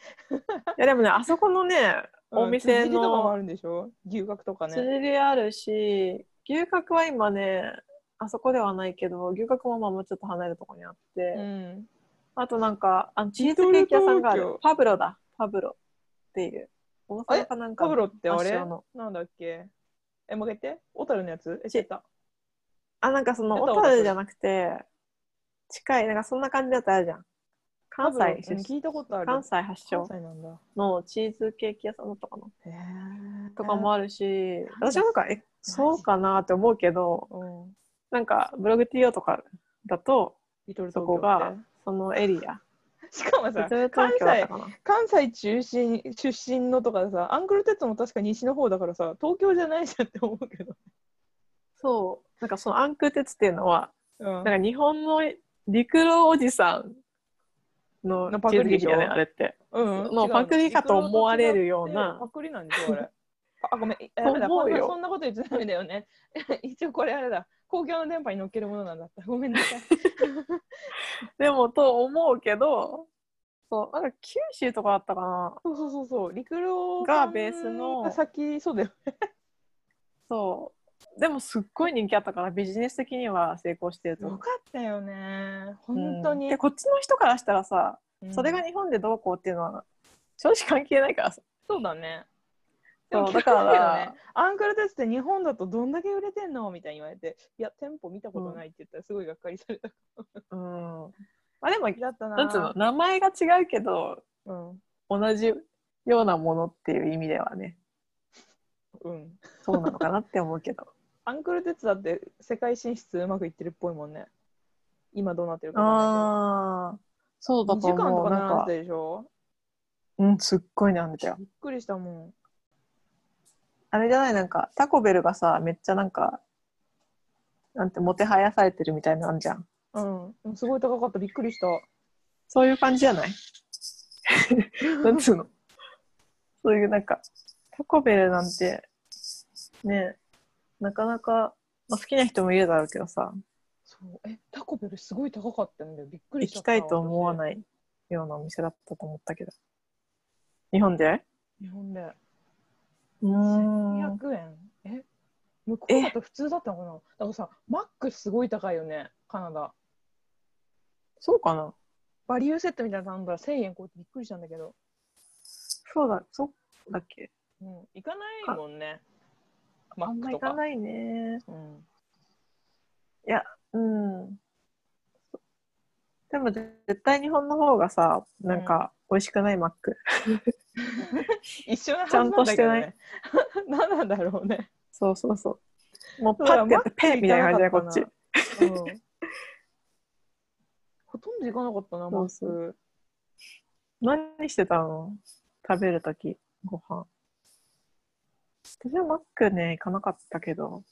[SPEAKER 1] やでもねあそこのね [laughs] お店の
[SPEAKER 2] つじりとかもあるんでしょ牛角とか
[SPEAKER 1] 釣
[SPEAKER 2] ね。
[SPEAKER 1] りあるし牛角は今ねあそこではないけど牛角もまあもうちょっと離れたとこにあって、
[SPEAKER 2] うん。
[SPEAKER 1] あとなんかあのチーズケーキ屋さんがあ
[SPEAKER 2] リトル
[SPEAKER 1] る
[SPEAKER 2] 東京
[SPEAKER 1] パブロだパブロっていう大阪かなんか
[SPEAKER 2] パブ
[SPEAKER 1] の
[SPEAKER 2] ロってあ
[SPEAKER 1] 発
[SPEAKER 2] れ
[SPEAKER 1] 祥の
[SPEAKER 2] なんだっけえ、負けて小樽のやつえ、
[SPEAKER 1] ち
[SPEAKER 2] 知った。
[SPEAKER 1] あなんかその
[SPEAKER 2] 出た
[SPEAKER 1] 小樽じゃなくて近いなんかそんな感じだったらあるじゃん関
[SPEAKER 2] パブロ
[SPEAKER 1] 西出
[SPEAKER 2] うん
[SPEAKER 1] 身
[SPEAKER 2] 聞いたことある。
[SPEAKER 1] 関西発祥
[SPEAKER 2] 関西なんだ。
[SPEAKER 1] のチーズケーキ屋さんだったかな
[SPEAKER 2] へえ
[SPEAKER 1] とかもあるし、
[SPEAKER 2] なんで
[SPEAKER 1] 私はなんかえそうかなって思うけど
[SPEAKER 2] うん。
[SPEAKER 1] なんかブログ TO とかだと
[SPEAKER 2] リトル
[SPEAKER 1] そ
[SPEAKER 2] 東京
[SPEAKER 1] こ
[SPEAKER 2] っ
[SPEAKER 1] が
[SPEAKER 2] て。
[SPEAKER 1] そのエリア
[SPEAKER 2] しかもさ
[SPEAKER 1] リトル、
[SPEAKER 2] 関
[SPEAKER 1] 東京だった
[SPEAKER 2] 西、
[SPEAKER 1] かな
[SPEAKER 2] 関西中心出身のとかさ、アンクルテッドも確か西の方だからさ、東京じゃないじゃんって思うけど。
[SPEAKER 1] そうなんかそのアンク鉄っていうのは
[SPEAKER 2] うん
[SPEAKER 1] なんか日本の陸路おじさんの
[SPEAKER 2] のパ
[SPEAKER 1] チ
[SPEAKER 2] ク
[SPEAKER 1] ーズ
[SPEAKER 2] リ
[SPEAKER 1] ケーキ
[SPEAKER 2] でしょ
[SPEAKER 1] だよねあれって
[SPEAKER 2] うん
[SPEAKER 1] の
[SPEAKER 2] 違う
[SPEAKER 1] パクリかと思われるような
[SPEAKER 2] えパクリなんでしょあ
[SPEAKER 1] [laughs]
[SPEAKER 2] れ。あ、ごめん。え
[SPEAKER 1] と思うよ
[SPEAKER 2] ダメだこんなそんなこと言っちゃダメだよね。 [laughs] 一応これあれだ。公共の電波に乗っけるものなんだった。ごめん
[SPEAKER 1] [laughs]
[SPEAKER 2] なさい。
[SPEAKER 1] でもと思うけどそうなんか九州とかだったかな
[SPEAKER 2] そうそうそうそう。陸路
[SPEAKER 1] がベースの
[SPEAKER 2] 先そうだよ。
[SPEAKER 1] そうでもすっごい人気あったからビジネス的には成功してると思
[SPEAKER 2] よ
[SPEAKER 1] う
[SPEAKER 2] かったよね。本当
[SPEAKER 1] うん
[SPEAKER 2] に
[SPEAKER 1] で。こっちの人からしたらさ
[SPEAKER 2] うん
[SPEAKER 1] それが日本でどうこうっていうのは正直関係ないからさ
[SPEAKER 2] そうだね。で
[SPEAKER 1] そう
[SPEAKER 2] も
[SPEAKER 1] だ
[SPEAKER 2] だ
[SPEAKER 1] か
[SPEAKER 2] から
[SPEAKER 1] ら
[SPEAKER 2] ね、アンクルテスって日本だとどんだけ売れてんのみたいに言われて、いや、店舗見たことないって言ったらすごいがっかりされた。
[SPEAKER 1] うん [laughs] あでも
[SPEAKER 2] だったな。
[SPEAKER 1] なんつうの名前が違うけど同じようなものっていう意味ではね
[SPEAKER 2] うん。うん。
[SPEAKER 1] そうなのかなって思うけど
[SPEAKER 2] アンクルテツだって世界進出うまくいってるっぽいもんね。今どうなってるかわか
[SPEAKER 1] [laughs] ああそうん
[SPEAKER 2] な
[SPEAKER 1] だ
[SPEAKER 2] いけ
[SPEAKER 1] と
[SPEAKER 2] ど。2時間
[SPEAKER 1] 思
[SPEAKER 2] と
[SPEAKER 1] う
[SPEAKER 2] か
[SPEAKER 1] なん
[SPEAKER 2] 並ん
[SPEAKER 1] か
[SPEAKER 2] でたでしょ
[SPEAKER 1] うんすっごいなんだよ
[SPEAKER 2] びっくりしたも
[SPEAKER 1] あれじゃないなんかタコベルがさめっちゃなんかなんてもてはやされてるみたいなのあんじゃん
[SPEAKER 2] ん。うん。すごい高かった。びっくりした。
[SPEAKER 1] そういう感じじ [laughs] ゃないなんつうのそういうなんかタコベルなんてねなかなか、まあ、好きな人もいるだろうけどさ
[SPEAKER 2] そう。え、タコベルすごい高かったんだよ。びっくり
[SPEAKER 1] 行
[SPEAKER 2] しち
[SPEAKER 1] き
[SPEAKER 2] ゃった。
[SPEAKER 1] たいと思わ
[SPEAKER 2] い。
[SPEAKER 1] ないようなお店だったと思ったけど日本で
[SPEAKER 2] 日本で。
[SPEAKER 1] うーん
[SPEAKER 2] 200円え向こうだと普通だったのかなだからさ、マックすごい高いよね。カナダ。
[SPEAKER 1] そうかな
[SPEAKER 2] バリューセットみたいなの頼んだら1000円超えてびっくりしたんだけど。
[SPEAKER 1] そうだそうだっけ
[SPEAKER 2] うん。行かないもんね。マ
[SPEAKER 1] あん
[SPEAKER 2] ッ
[SPEAKER 1] ま行
[SPEAKER 2] クと
[SPEAKER 1] か
[SPEAKER 2] か。
[SPEAKER 1] ないね
[SPEAKER 2] うん。
[SPEAKER 1] うんでもぜ絶対日本の方がさなんか美味しくないマック、
[SPEAKER 2] 一緒なは
[SPEAKER 1] ち
[SPEAKER 2] ず
[SPEAKER 1] ゃ
[SPEAKER 2] なん
[SPEAKER 1] ん
[SPEAKER 2] だ
[SPEAKER 1] と
[SPEAKER 2] け
[SPEAKER 1] し
[SPEAKER 2] ど
[SPEAKER 1] てない
[SPEAKER 2] ね。 [laughs] 何なんだろうね。
[SPEAKER 1] そうそうそうもう
[SPEAKER 2] そ
[SPEAKER 1] パ
[SPEAKER 2] うだ
[SPEAKER 1] ッてやって
[SPEAKER 2] マッ
[SPEAKER 1] ペ
[SPEAKER 2] ク
[SPEAKER 1] ンみたいな感じで
[SPEAKER 2] 行
[SPEAKER 1] こ
[SPEAKER 2] かなか
[SPEAKER 1] っ
[SPEAKER 2] った
[SPEAKER 1] ち
[SPEAKER 2] なうんほとんど行かなかったな、マッ
[SPEAKER 1] そうそ
[SPEAKER 2] ク。
[SPEAKER 1] 何してたの食べるときご飯私はマックね行かなかったけど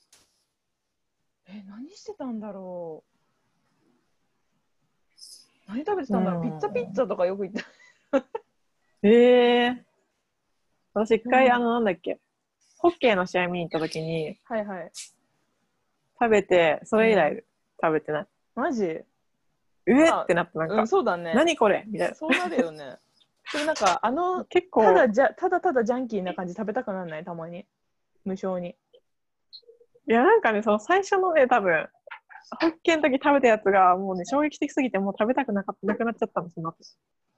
[SPEAKER 2] え、何してたんだろう。何食べてたんだろう。
[SPEAKER 1] うん
[SPEAKER 2] ピッツァピッツァとかよく行った。
[SPEAKER 1] ええ私一回、
[SPEAKER 2] うん
[SPEAKER 1] あのなんだっけホッケーの試合見に行ったときに
[SPEAKER 2] はいはい。
[SPEAKER 1] 食べてそれ以
[SPEAKER 2] う
[SPEAKER 1] 来食べてない、
[SPEAKER 2] マジ
[SPEAKER 1] うえってなったなんか、
[SPEAKER 2] うん、そうだね。
[SPEAKER 1] 何これみたい
[SPEAKER 2] そうなる
[SPEAKER 1] [laughs]
[SPEAKER 2] よね。でもなんか、あ
[SPEAKER 1] な
[SPEAKER 2] の、
[SPEAKER 1] 結構
[SPEAKER 2] ただじゃ、ただただジャンキーな感じ食べたくならないたまに。無性に。
[SPEAKER 1] いや、なんかね、その最初のね、多分、ホッケーの時食べたやつが、もうね、衝撃的すぎて、もう食べたくなかなくなっちゃったんですよ、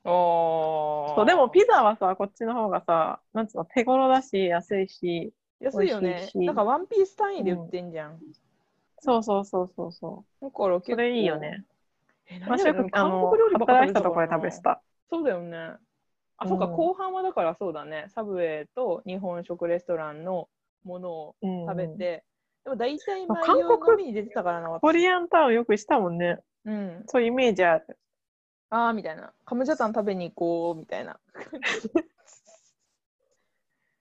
[SPEAKER 2] お
[SPEAKER 1] そう、でも、ピザはさ、こっちの方がさ、なんつうの、手頃だし、安いし、
[SPEAKER 2] 安いよ
[SPEAKER 1] 美味
[SPEAKER 2] ね
[SPEAKER 1] し。いし
[SPEAKER 2] なんかワンピース単位で売ってんじゃん。
[SPEAKER 1] そうそうそうそう、そう
[SPEAKER 2] だから結構
[SPEAKER 1] それいいよね。
[SPEAKER 2] え、
[SPEAKER 1] マ
[SPEAKER 2] 何
[SPEAKER 1] シ
[SPEAKER 2] だ
[SPEAKER 1] ュ
[SPEAKER 2] ろ
[SPEAKER 1] ル
[SPEAKER 2] う
[SPEAKER 1] あ
[SPEAKER 2] 韓
[SPEAKER 1] の
[SPEAKER 2] 国料理ばっか
[SPEAKER 1] 働いて
[SPEAKER 2] 食べ
[SPEAKER 1] た
[SPEAKER 2] た
[SPEAKER 1] とこ
[SPEAKER 2] から
[SPEAKER 1] ろ
[SPEAKER 2] な
[SPEAKER 1] で食べてた。
[SPEAKER 2] そうだよね。あ、そうか、
[SPEAKER 1] うん
[SPEAKER 2] 後半はだからそうだね。サブウェイと日本食レストランのものを食べ
[SPEAKER 1] うん
[SPEAKER 2] て、でも大体
[SPEAKER 1] まあ
[SPEAKER 2] 毎
[SPEAKER 1] 韓
[SPEAKER 2] 夜
[SPEAKER 1] 国
[SPEAKER 2] 飲みに出てたからな、私
[SPEAKER 1] コリアンタウンよくしたもんね。
[SPEAKER 2] うん。
[SPEAKER 1] そういうイメージある。
[SPEAKER 2] あーみたいな。カムジャタン食べに行こう、みたいな。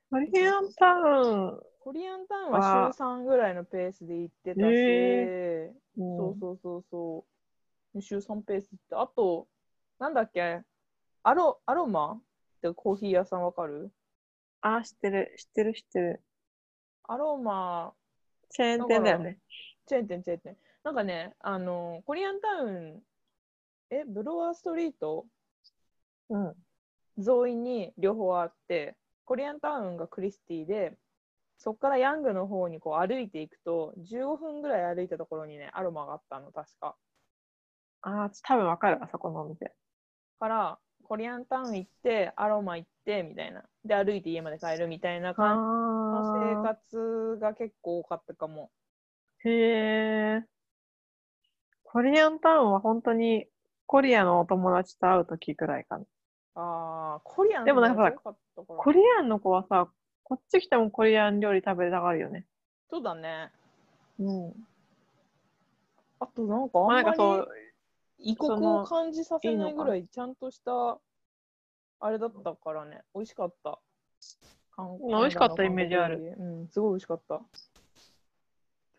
[SPEAKER 1] コリアンタウ
[SPEAKER 2] コリアンタウンは週3ぐらいのペースで行ってたし、
[SPEAKER 1] へン。
[SPEAKER 2] そうそうそうそう。週3ペースって、あと、なんだっけ、アロアロマってコーヒー屋さんわかる
[SPEAKER 1] あ、知ってる、知ってる、知ってる。
[SPEAKER 2] アロマ、
[SPEAKER 1] チェーン店だよね。
[SPEAKER 2] チェーン店、チェーン店。なんかね、あの、コリアンタウン、え、ブロワーストリート
[SPEAKER 1] うん。
[SPEAKER 2] 沿いに両方あって、コリアンタウンがクリスティで、そこからヤングの方にこう歩いていくと、15分ぐらい歩いたところにね、アロマがあったの、確か。
[SPEAKER 1] あー、多分わかる、あそこのお店。
[SPEAKER 2] からコリアンタウン行ってアロマ行ってみたいなで歩いて家まで帰るみたいな
[SPEAKER 1] あ
[SPEAKER 2] 感じの生
[SPEAKER 1] あ。
[SPEAKER 2] 活が結構多かったかも
[SPEAKER 1] へえ。コリアンタウンは本当に、コリアのお友達と会うときくらいかな。
[SPEAKER 2] あーコリアン
[SPEAKER 1] でもなんかさ
[SPEAKER 2] 友達多ったから
[SPEAKER 1] コリアンの子はさ、こっち来てもコリアン料理食べたがるよね。
[SPEAKER 2] そうだね
[SPEAKER 1] うん。
[SPEAKER 2] あとなんか
[SPEAKER 1] まあなん
[SPEAKER 2] あ
[SPEAKER 1] ん
[SPEAKER 2] ま
[SPEAKER 1] か
[SPEAKER 2] り
[SPEAKER 1] そう、
[SPEAKER 2] 異国を感じさせない
[SPEAKER 1] そのいいの
[SPEAKER 2] ぐ
[SPEAKER 1] から
[SPEAKER 2] いちゃんとしたあれだったからね美味しかった韓
[SPEAKER 1] まあ美味しかったイメージある
[SPEAKER 2] 韓国料理うんすごい美味しかったで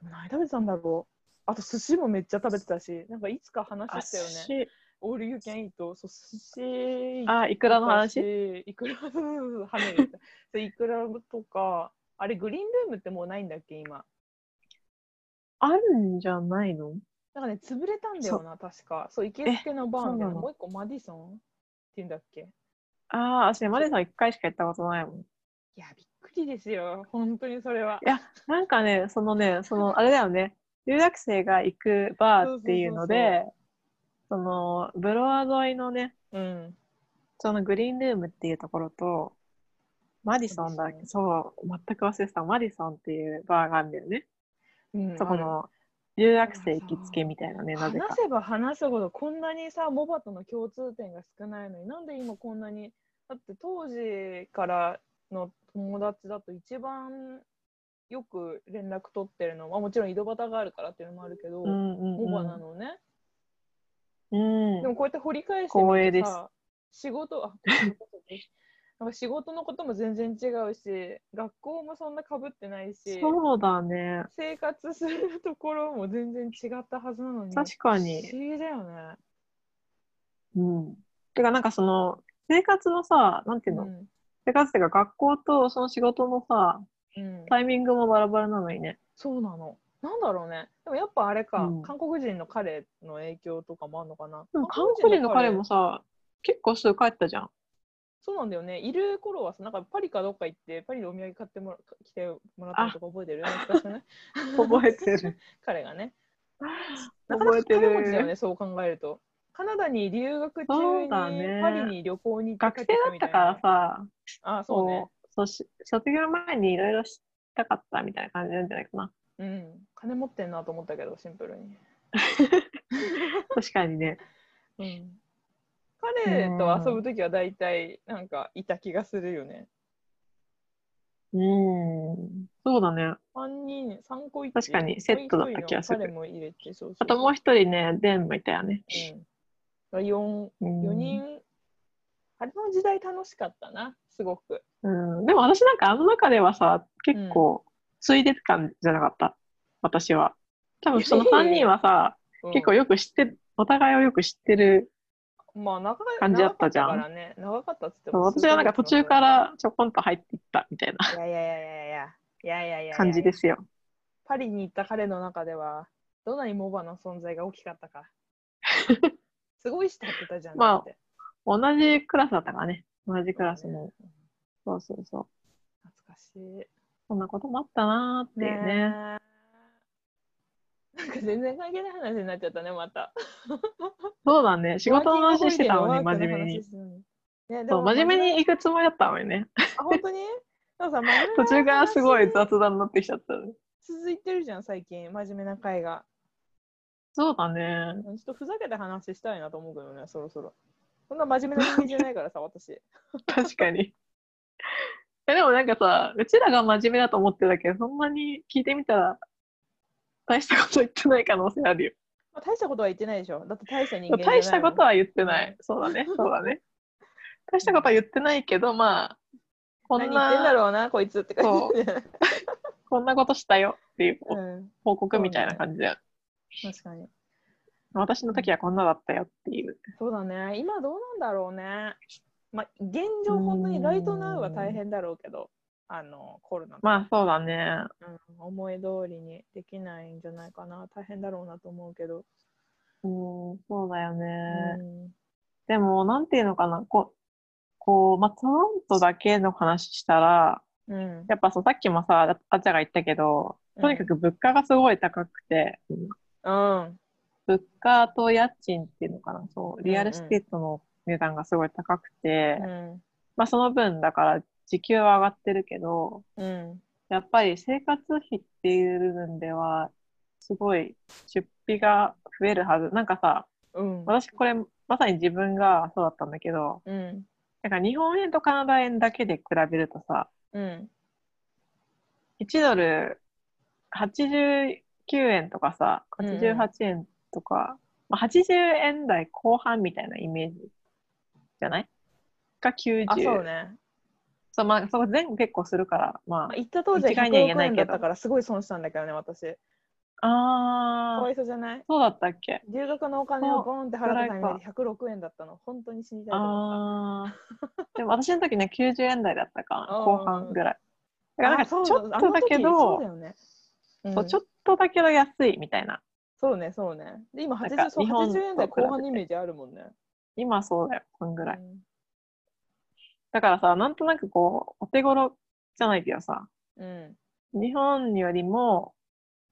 [SPEAKER 2] も何食べてたんだろうあと寿司もめっちゃ食べてたしなんかいつか話
[SPEAKER 1] あ
[SPEAKER 2] したよね
[SPEAKER 1] し
[SPEAKER 2] オールユーキャンイート、そう、寿司。
[SPEAKER 1] あ、イクラの話
[SPEAKER 2] 話いくら、そう跳ねる。そういくらとか、あれ、グリーンルームってもうないんだっけ、今。
[SPEAKER 1] あるんじゃないの
[SPEAKER 2] なんかね、潰れたんだよな、確か。そう、行きつけのバーみたい
[SPEAKER 1] そうな
[SPEAKER 2] な。
[SPEAKER 1] の
[SPEAKER 2] もう一個、マディソンっていうんだっけ。
[SPEAKER 1] ああ、私ね、マリさん一回しか行ったことないもん。い
[SPEAKER 2] いや、びっくりですよ、本当にそれは。
[SPEAKER 1] や、なんかね、そのね、その、あれだよね、留学生が行くバーっていうので、その、ブロワー沿いのね、
[SPEAKER 2] うん。
[SPEAKER 1] そのグリーンルームっていうところと、マディソンだっけそう、全く忘れてた、マディソンっていうバーがあるんだよね。
[SPEAKER 2] うん、
[SPEAKER 1] そこ
[SPEAKER 2] あの
[SPEAKER 1] の、留学生行きつけみたいなね、なぜ
[SPEAKER 2] 話
[SPEAKER 1] か。
[SPEAKER 2] せば話すほどこんなにさモバとの共通点が少ないのになんで今こんなにだって当時からの友達だと一番よく連絡取ってるのはもちろん井戸端があるからっていうのもあるけど、
[SPEAKER 1] うんうん
[SPEAKER 2] モバ
[SPEAKER 1] う。
[SPEAKER 2] なんのね、
[SPEAKER 1] うん
[SPEAKER 2] でもこうやって掘り返して
[SPEAKER 1] 光栄
[SPEAKER 2] み
[SPEAKER 1] で
[SPEAKER 2] る
[SPEAKER 1] す
[SPEAKER 2] とさ仕事あこんなことです [laughs] なんか仕事のことも全然違うし学校もそんなかぶってないし
[SPEAKER 1] そうだね。
[SPEAKER 2] 生活するところも全然違ったはずなのに
[SPEAKER 1] 確かに
[SPEAKER 2] 不思議だよね。
[SPEAKER 1] うん。てか、なんかその、生活のさ、なんていうの、
[SPEAKER 2] うん
[SPEAKER 1] 生活っていうか学校とその仕事のさ、
[SPEAKER 2] うん、
[SPEAKER 1] タイミングもバラバラなのにね。
[SPEAKER 2] そうなの。なんだろうね。でもやっぱあれか、
[SPEAKER 1] うん
[SPEAKER 2] 韓国人の彼の影響とかもあるのかな。
[SPEAKER 1] でも韓国人の彼もさ、結構すぐ帰ったじゃん。
[SPEAKER 2] そうなんだよね。いる頃はさ、なんかパリかどっか行って、パリでお土産買ってもら来てもらったのとか覚えてる懐かしくない
[SPEAKER 1] 覚えて [laughs] る。
[SPEAKER 2] 彼がね。なかな
[SPEAKER 1] 覚え
[SPEAKER 2] か
[SPEAKER 1] て
[SPEAKER 2] 金持ちだよ
[SPEAKER 1] る。
[SPEAKER 2] ね、そう考えると。カナダに留学
[SPEAKER 1] そ
[SPEAKER 2] 中
[SPEAKER 1] う
[SPEAKER 2] に
[SPEAKER 1] だね
[SPEAKER 2] パリに旅行に行って
[SPEAKER 1] 学
[SPEAKER 2] 帰
[SPEAKER 1] 生
[SPEAKER 2] っ
[SPEAKER 1] だ
[SPEAKER 2] て
[SPEAKER 1] っ
[SPEAKER 2] きたみた
[SPEAKER 1] た
[SPEAKER 2] い
[SPEAKER 1] か
[SPEAKER 2] な。
[SPEAKER 1] らさ、
[SPEAKER 2] あ、そうね。
[SPEAKER 1] そうし卒業前にいろいろしたかったみたいな感じなんじゃない [laughs] かな。
[SPEAKER 2] うん。金持ってんなと思ったけど、シンプルに。
[SPEAKER 1] 確かにね。
[SPEAKER 2] うん彼と遊ぶときは大体なんかいた気がするよね。
[SPEAKER 1] うん。そうだね。
[SPEAKER 2] 3人、3個いて。
[SPEAKER 1] 確かにセットだった気がする
[SPEAKER 2] 彼も入れて、そうそう
[SPEAKER 1] あともう一人ね、デンもいたよね。
[SPEAKER 2] 人。うん、4,
[SPEAKER 1] うん
[SPEAKER 2] 4人、あれの時代楽しかったな、すごく。
[SPEAKER 1] うん、でも私なんかあの中ではさ結構ついで感じゃなかった、私は多分その3人はさ、
[SPEAKER 2] うん
[SPEAKER 1] 結構よく知ってお互いをよく知ってる
[SPEAKER 2] まあ長い
[SPEAKER 1] 感じだったじゃん
[SPEAKER 2] 長かったからね、長かったっつっても。。
[SPEAKER 1] 私はなんか途中かららちょこんと入っていったみたいない
[SPEAKER 2] やいやいやいやいや。いやいやいやいや
[SPEAKER 1] 感じですよ
[SPEAKER 2] パリに行った彼の中では、どんなにモバの存在が大きかった
[SPEAKER 1] [laughs]
[SPEAKER 2] か。すごい慕ってたじゃん。
[SPEAKER 1] まあ
[SPEAKER 2] だって
[SPEAKER 1] 同じクラスだったからね同じクラスのそうそうそう
[SPEAKER 2] 懐かしい。
[SPEAKER 1] そんなこともあったなーっていうね
[SPEAKER 2] えなんか全然関係ない話になっちゃったね、また。
[SPEAKER 1] そうだね仕事の話してたのに
[SPEAKER 2] ワ
[SPEAKER 1] 真
[SPEAKER 2] ーキング
[SPEAKER 1] 面目
[SPEAKER 2] ホリデ
[SPEAKER 1] に
[SPEAKER 2] ーのワークの話してたのに。ね、で
[SPEAKER 1] そう
[SPEAKER 2] も
[SPEAKER 1] 真面目に
[SPEAKER 2] に。
[SPEAKER 1] 行くつもりだったのに
[SPEAKER 2] [laughs]
[SPEAKER 1] ね
[SPEAKER 2] あ、本当にでもさ、真面目
[SPEAKER 1] 途
[SPEAKER 2] な
[SPEAKER 1] 中からすごい
[SPEAKER 2] 話
[SPEAKER 1] 雑談になってきちゃったね
[SPEAKER 2] 続いてるじゃん、最近、真面目な会が。
[SPEAKER 1] そうだね。
[SPEAKER 2] ちょっとふざけた話したいなと思うけどね、そろそろ。そんな真面目な人間じゃないからさ、 [laughs] 私。
[SPEAKER 1] 確かに。い [laughs] やでもなんかさ、うちらが真面目だと思ってたけど、そんなに聞いてみたら、大したこと言ってない可能性あるよ。
[SPEAKER 2] まあ、大したことは言ってないでしょ。だって大した人間じゃないもん。
[SPEAKER 1] 大したことは言ってない。そうだ
[SPEAKER 2] [laughs]
[SPEAKER 1] ね、そうだね。大したことは言ってないけど、まあ、こん
[SPEAKER 2] 何言ってんだ
[SPEAKER 1] な、
[SPEAKER 2] ろうな、こいつって感じで。 [laughs]
[SPEAKER 1] こんなことしたよっていう
[SPEAKER 2] うん、
[SPEAKER 1] 報告みたいな感じだよ。
[SPEAKER 2] 確かに。
[SPEAKER 1] 私の時はこんなだったよっていう。
[SPEAKER 2] そうだね。今どうなんだろうね。まあ、現状、本当にライトナウは大変だろうけど、あの、コロナ、
[SPEAKER 1] まあそうだね。
[SPEAKER 2] うん、思い通りにできないんじゃないかな。大変だろうなと思うけど。
[SPEAKER 1] うん、そうだよね。
[SPEAKER 2] うん
[SPEAKER 1] でも、なんていうのかな、こう、こう、まあ、トロントだけの話したら、
[SPEAKER 2] うん
[SPEAKER 1] やっぱそうさっきもさ、あっちゃんが言ったけど、とにかく物価がすごい高くて、
[SPEAKER 2] うん。
[SPEAKER 1] 物価と家賃っていうのかな、そう、リアルステートの値段がすごい高くて、
[SPEAKER 2] うん。
[SPEAKER 1] まあその分だから時給は上がってるけど、
[SPEAKER 2] うん。
[SPEAKER 1] やっぱり生活費っていう部分では、すごい出費が増えるはず。なんかさ、
[SPEAKER 2] うん。
[SPEAKER 1] 私これまさに自分がそうだったんだけど、
[SPEAKER 2] うん。
[SPEAKER 1] なんか日本円とカナダ円だけで比べるとさ、
[SPEAKER 2] うん。
[SPEAKER 1] 1ドル89円とかさ、
[SPEAKER 2] うんうん
[SPEAKER 1] 88円とか、まあ、80円台後半みたいなイメージじゃないか90
[SPEAKER 2] あ、そうね。
[SPEAKER 1] そうまあ、そこ前後結構するから、ま
[SPEAKER 2] まあ、行った当時は
[SPEAKER 1] 一概には
[SPEAKER 2] 100
[SPEAKER 1] 言え
[SPEAKER 2] 億
[SPEAKER 1] ない
[SPEAKER 2] 円
[SPEAKER 1] け
[SPEAKER 2] だ
[SPEAKER 1] ど
[SPEAKER 2] ったからすごい損したんだけどね、私。か
[SPEAKER 1] あ、あ
[SPEAKER 2] わ
[SPEAKER 1] ー、
[SPEAKER 2] いそうじゃない
[SPEAKER 1] そうだったっけ
[SPEAKER 2] 留学のお金をボンって払ったタイミン
[SPEAKER 1] そう
[SPEAKER 2] グで106円だったの。本当に死にたいと思っ
[SPEAKER 1] あー、でも私の時ね、90円台だったかな、
[SPEAKER 2] うん
[SPEAKER 1] 後半ぐらい。
[SPEAKER 2] た。
[SPEAKER 1] だからなんかち
[SPEAKER 2] あ
[SPEAKER 1] ょ
[SPEAKER 2] ー
[SPEAKER 1] っ
[SPEAKER 2] そう
[SPEAKER 1] とだけ
[SPEAKER 2] そう
[SPEAKER 1] ど、
[SPEAKER 2] だよね。
[SPEAKER 1] そううんちょっとだけど安いみたいな。
[SPEAKER 2] そうね、そうね。で、今
[SPEAKER 1] なん
[SPEAKER 2] 80、
[SPEAKER 1] か
[SPEAKER 2] そう
[SPEAKER 1] 日本
[SPEAKER 2] 80円台
[SPEAKER 1] と比べて
[SPEAKER 2] 後半のイメージあるもんね。
[SPEAKER 1] 今そうだよ、こんぐらい。
[SPEAKER 2] うん
[SPEAKER 1] だからさ、なんとなくこう、お手頃じゃないけどさ、
[SPEAKER 2] うん。
[SPEAKER 1] 日本よりも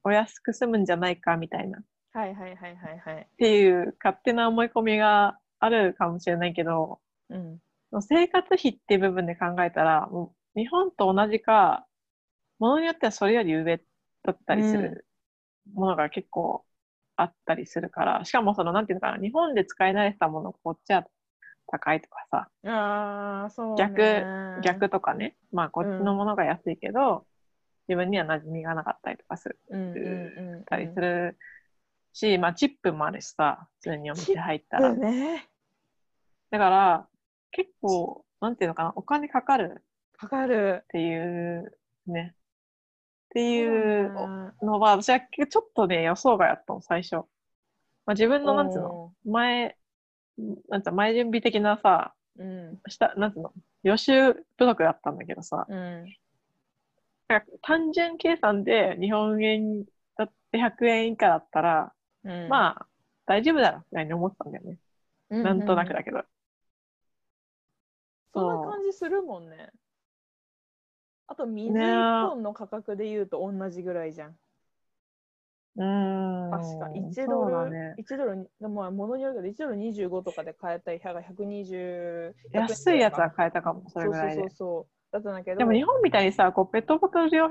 [SPEAKER 1] お安く済むんじゃないかみたいなっ
[SPEAKER 2] はいはいはいはいはい。
[SPEAKER 1] ていう勝手な思い込みがあるかもしれないけど
[SPEAKER 2] うん。
[SPEAKER 1] 生活費っていう部分で考えたらもう日本と同じかものによってはそれより上だったりするものが結構あったりするから、しかもそのなんていうのかな日本で使い慣れてたものこっちは高いとかさ
[SPEAKER 2] ああ、そう、ね。
[SPEAKER 1] 逆。逆とかねまあこっちのものが安いけど、自分には馴染みがなかったりとかする
[SPEAKER 2] うんうんうん、うん。
[SPEAKER 1] ったりするし、まあチップもあるしさ普通にお店入った
[SPEAKER 2] だ
[SPEAKER 1] ら
[SPEAKER 2] よね。
[SPEAKER 1] だから結構なんていうのかなお金かかるっ
[SPEAKER 2] かかる。
[SPEAKER 1] ていうねって
[SPEAKER 2] そ
[SPEAKER 1] いう
[SPEAKER 2] うだね
[SPEAKER 1] のは私はちょっとね予想外やったの最初、まあ、自分のなんつうの前なんつうの前準備的なさ
[SPEAKER 2] うん。
[SPEAKER 1] したなんつうの予習不足だったんだけどさ
[SPEAKER 2] うん。
[SPEAKER 1] なんか単純計算で日本円だって100円以下だったら、
[SPEAKER 2] うん、あ、
[SPEAKER 1] まあ大丈夫だろうぐらいに思ってたんだよねなんとなくだ
[SPEAKER 2] け
[SPEAKER 1] けど。
[SPEAKER 2] ど。そんな
[SPEAKER 1] そう
[SPEAKER 2] 感じするもんね。あと、水一
[SPEAKER 1] ね
[SPEAKER 2] 本の価格で言うと同じぐらいじゃん。
[SPEAKER 1] うーん。
[SPEAKER 2] 確か1
[SPEAKER 1] そ
[SPEAKER 2] ド
[SPEAKER 1] うだ
[SPEAKER 2] ル、
[SPEAKER 1] ね。
[SPEAKER 2] 1ドルに、でもものによるけど、1ドル25とかで買えたり、100が120。
[SPEAKER 1] 安いやつは
[SPEAKER 2] 100
[SPEAKER 1] 買えたかも、それ
[SPEAKER 2] 円と
[SPEAKER 1] ぐ
[SPEAKER 2] から
[SPEAKER 1] いで
[SPEAKER 2] そうそう。そうそう。だったんだけど、
[SPEAKER 1] でも日本みたいにさ、こうペットボトル料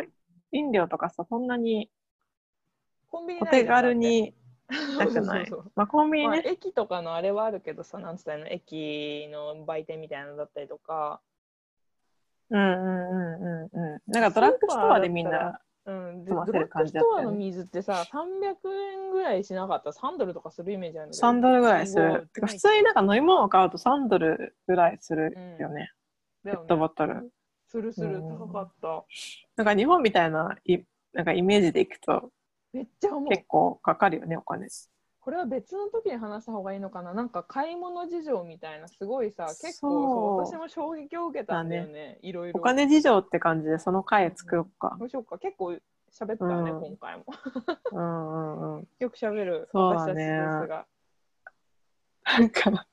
[SPEAKER 1] 飲料とかさ、そんなに
[SPEAKER 2] コンビニ
[SPEAKER 1] お
[SPEAKER 2] ない
[SPEAKER 1] 手
[SPEAKER 2] じゃん
[SPEAKER 1] 軽、にな
[SPEAKER 2] だっ
[SPEAKER 1] く
[SPEAKER 2] て
[SPEAKER 1] ない
[SPEAKER 2] そうそうそう。
[SPEAKER 1] まあコンビニ
[SPEAKER 2] まあ、
[SPEAKER 1] ね。
[SPEAKER 2] 駅とかのあれはあるけどさ、なんつったらいいの、駅の売店みたいなのだったりとか、
[SPEAKER 1] うんうんうんうんうん。なんかドラッグストアでみんな、
[SPEAKER 2] うん、
[SPEAKER 1] 済
[SPEAKER 2] でド
[SPEAKER 1] ま
[SPEAKER 2] ラ
[SPEAKER 1] せる
[SPEAKER 2] ッ
[SPEAKER 1] 感
[SPEAKER 2] グ
[SPEAKER 1] じ
[SPEAKER 2] ス
[SPEAKER 1] だった
[SPEAKER 2] ト
[SPEAKER 1] よね
[SPEAKER 2] アの水ってさ、300円ぐらいしなかったら3ドルとかするイメージあるんだけど
[SPEAKER 1] 3ドルぐらいす
[SPEAKER 2] 25
[SPEAKER 1] る。てか普通になんか飲み物を買うと3ドルぐらいするよね。
[SPEAKER 2] だ
[SPEAKER 1] ペ
[SPEAKER 2] よ
[SPEAKER 1] ットボ
[SPEAKER 2] ね、
[SPEAKER 1] トル。
[SPEAKER 2] するする、
[SPEAKER 1] うん
[SPEAKER 2] 高かった。
[SPEAKER 1] なんか日本みたいないなんかイメージでいくと
[SPEAKER 2] めっちゃ思う
[SPEAKER 1] 結。構かかるよね、お金。
[SPEAKER 2] これは別の時に話した方がいいのかななんか買い物事情みたいなすごいさ結構
[SPEAKER 1] そう
[SPEAKER 2] そう私も衝撃を受けたんだよねいろいろ
[SPEAKER 1] お金事情って感じでその回作ろうか。
[SPEAKER 2] どうしようか結構喋ったね、
[SPEAKER 1] うん
[SPEAKER 2] 今回も
[SPEAKER 1] うんうんうん。
[SPEAKER 2] よく喋る
[SPEAKER 1] そう
[SPEAKER 2] 私た
[SPEAKER 1] だ
[SPEAKER 2] ちで
[SPEAKER 1] ね
[SPEAKER 2] すが
[SPEAKER 1] なんか、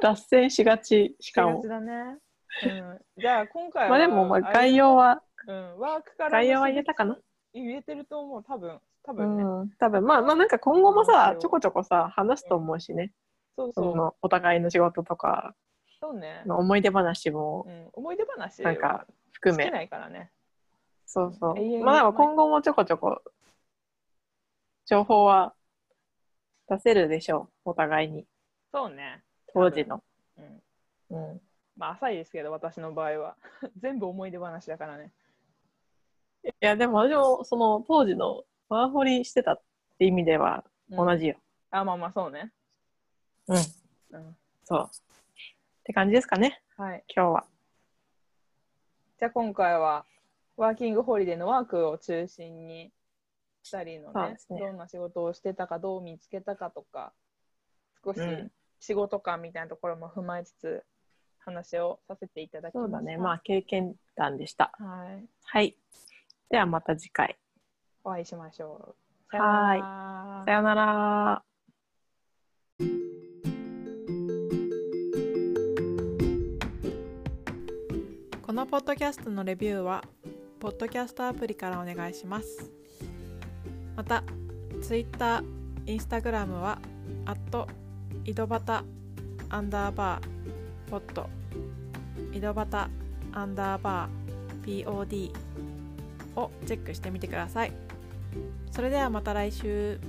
[SPEAKER 1] 脱線しがち、しか
[SPEAKER 2] 気が
[SPEAKER 1] も
[SPEAKER 2] ち。だね、うん、じゃあ今回は
[SPEAKER 1] まあでも、まあ概要は、
[SPEAKER 2] うん、ワークから
[SPEAKER 1] 概要は言えたかな。
[SPEAKER 2] 言えてると思う多分多
[SPEAKER 1] う
[SPEAKER 2] 分ね、
[SPEAKER 1] ん。多分、まあまあなんか今後も
[SPEAKER 2] う
[SPEAKER 1] さ
[SPEAKER 2] ん、
[SPEAKER 1] ちょこちょこさ、話すと思うしね。
[SPEAKER 2] そう
[SPEAKER 1] そ
[SPEAKER 2] そう
[SPEAKER 1] の、お互いの仕事とか、
[SPEAKER 2] そうね、
[SPEAKER 1] の思い出話
[SPEAKER 2] う
[SPEAKER 1] も
[SPEAKER 2] ん、思い出話
[SPEAKER 1] なんか
[SPEAKER 2] は
[SPEAKER 1] 含
[SPEAKER 2] 尽き
[SPEAKER 1] め。
[SPEAKER 2] ないからね
[SPEAKER 1] そうそ
[SPEAKER 2] 永遠
[SPEAKER 1] う。
[SPEAKER 2] に
[SPEAKER 1] まあでも今後もちょこちょこ、情報は出せるでしょうお互いに
[SPEAKER 2] そうね。
[SPEAKER 1] 当時の、
[SPEAKER 2] うん。
[SPEAKER 1] うん、
[SPEAKER 2] まあ、浅いですけど、私の場合は。 [laughs] 全部思い出話だからね。
[SPEAKER 1] いやでも私もその当時のワーホリしてたって意味では同
[SPEAKER 2] うん
[SPEAKER 1] じよ、
[SPEAKER 2] あ、まあまあ、そうね。
[SPEAKER 1] うん
[SPEAKER 2] うん。
[SPEAKER 1] そうって感じですかね
[SPEAKER 2] はい。
[SPEAKER 1] 今日は
[SPEAKER 2] じゃあ、今回は、ワーキングホリデーのワークを中心に、2人の
[SPEAKER 1] そう
[SPEAKER 2] ね
[SPEAKER 1] ですね
[SPEAKER 2] どんな仕事をしてたか、どう見つけたかとか、少し
[SPEAKER 1] うん
[SPEAKER 2] 仕事感みたいなところも踏まえつつ、話をさせていただき
[SPEAKER 1] そ
[SPEAKER 2] ました。
[SPEAKER 1] うだねまあ経験談でした
[SPEAKER 2] はい。
[SPEAKER 1] はいではまた次回
[SPEAKER 2] お会いしましょう。さよう
[SPEAKER 1] は
[SPEAKER 2] ないら
[SPEAKER 1] さようなら
[SPEAKER 3] このポッドキャストのレビューはポッドキャストアプリからお願いしますまた Twitter、Instagram は井戸端アンダーバーポッド井戸端アンダーバー POD をチェックしてみてくださいそれではまた来週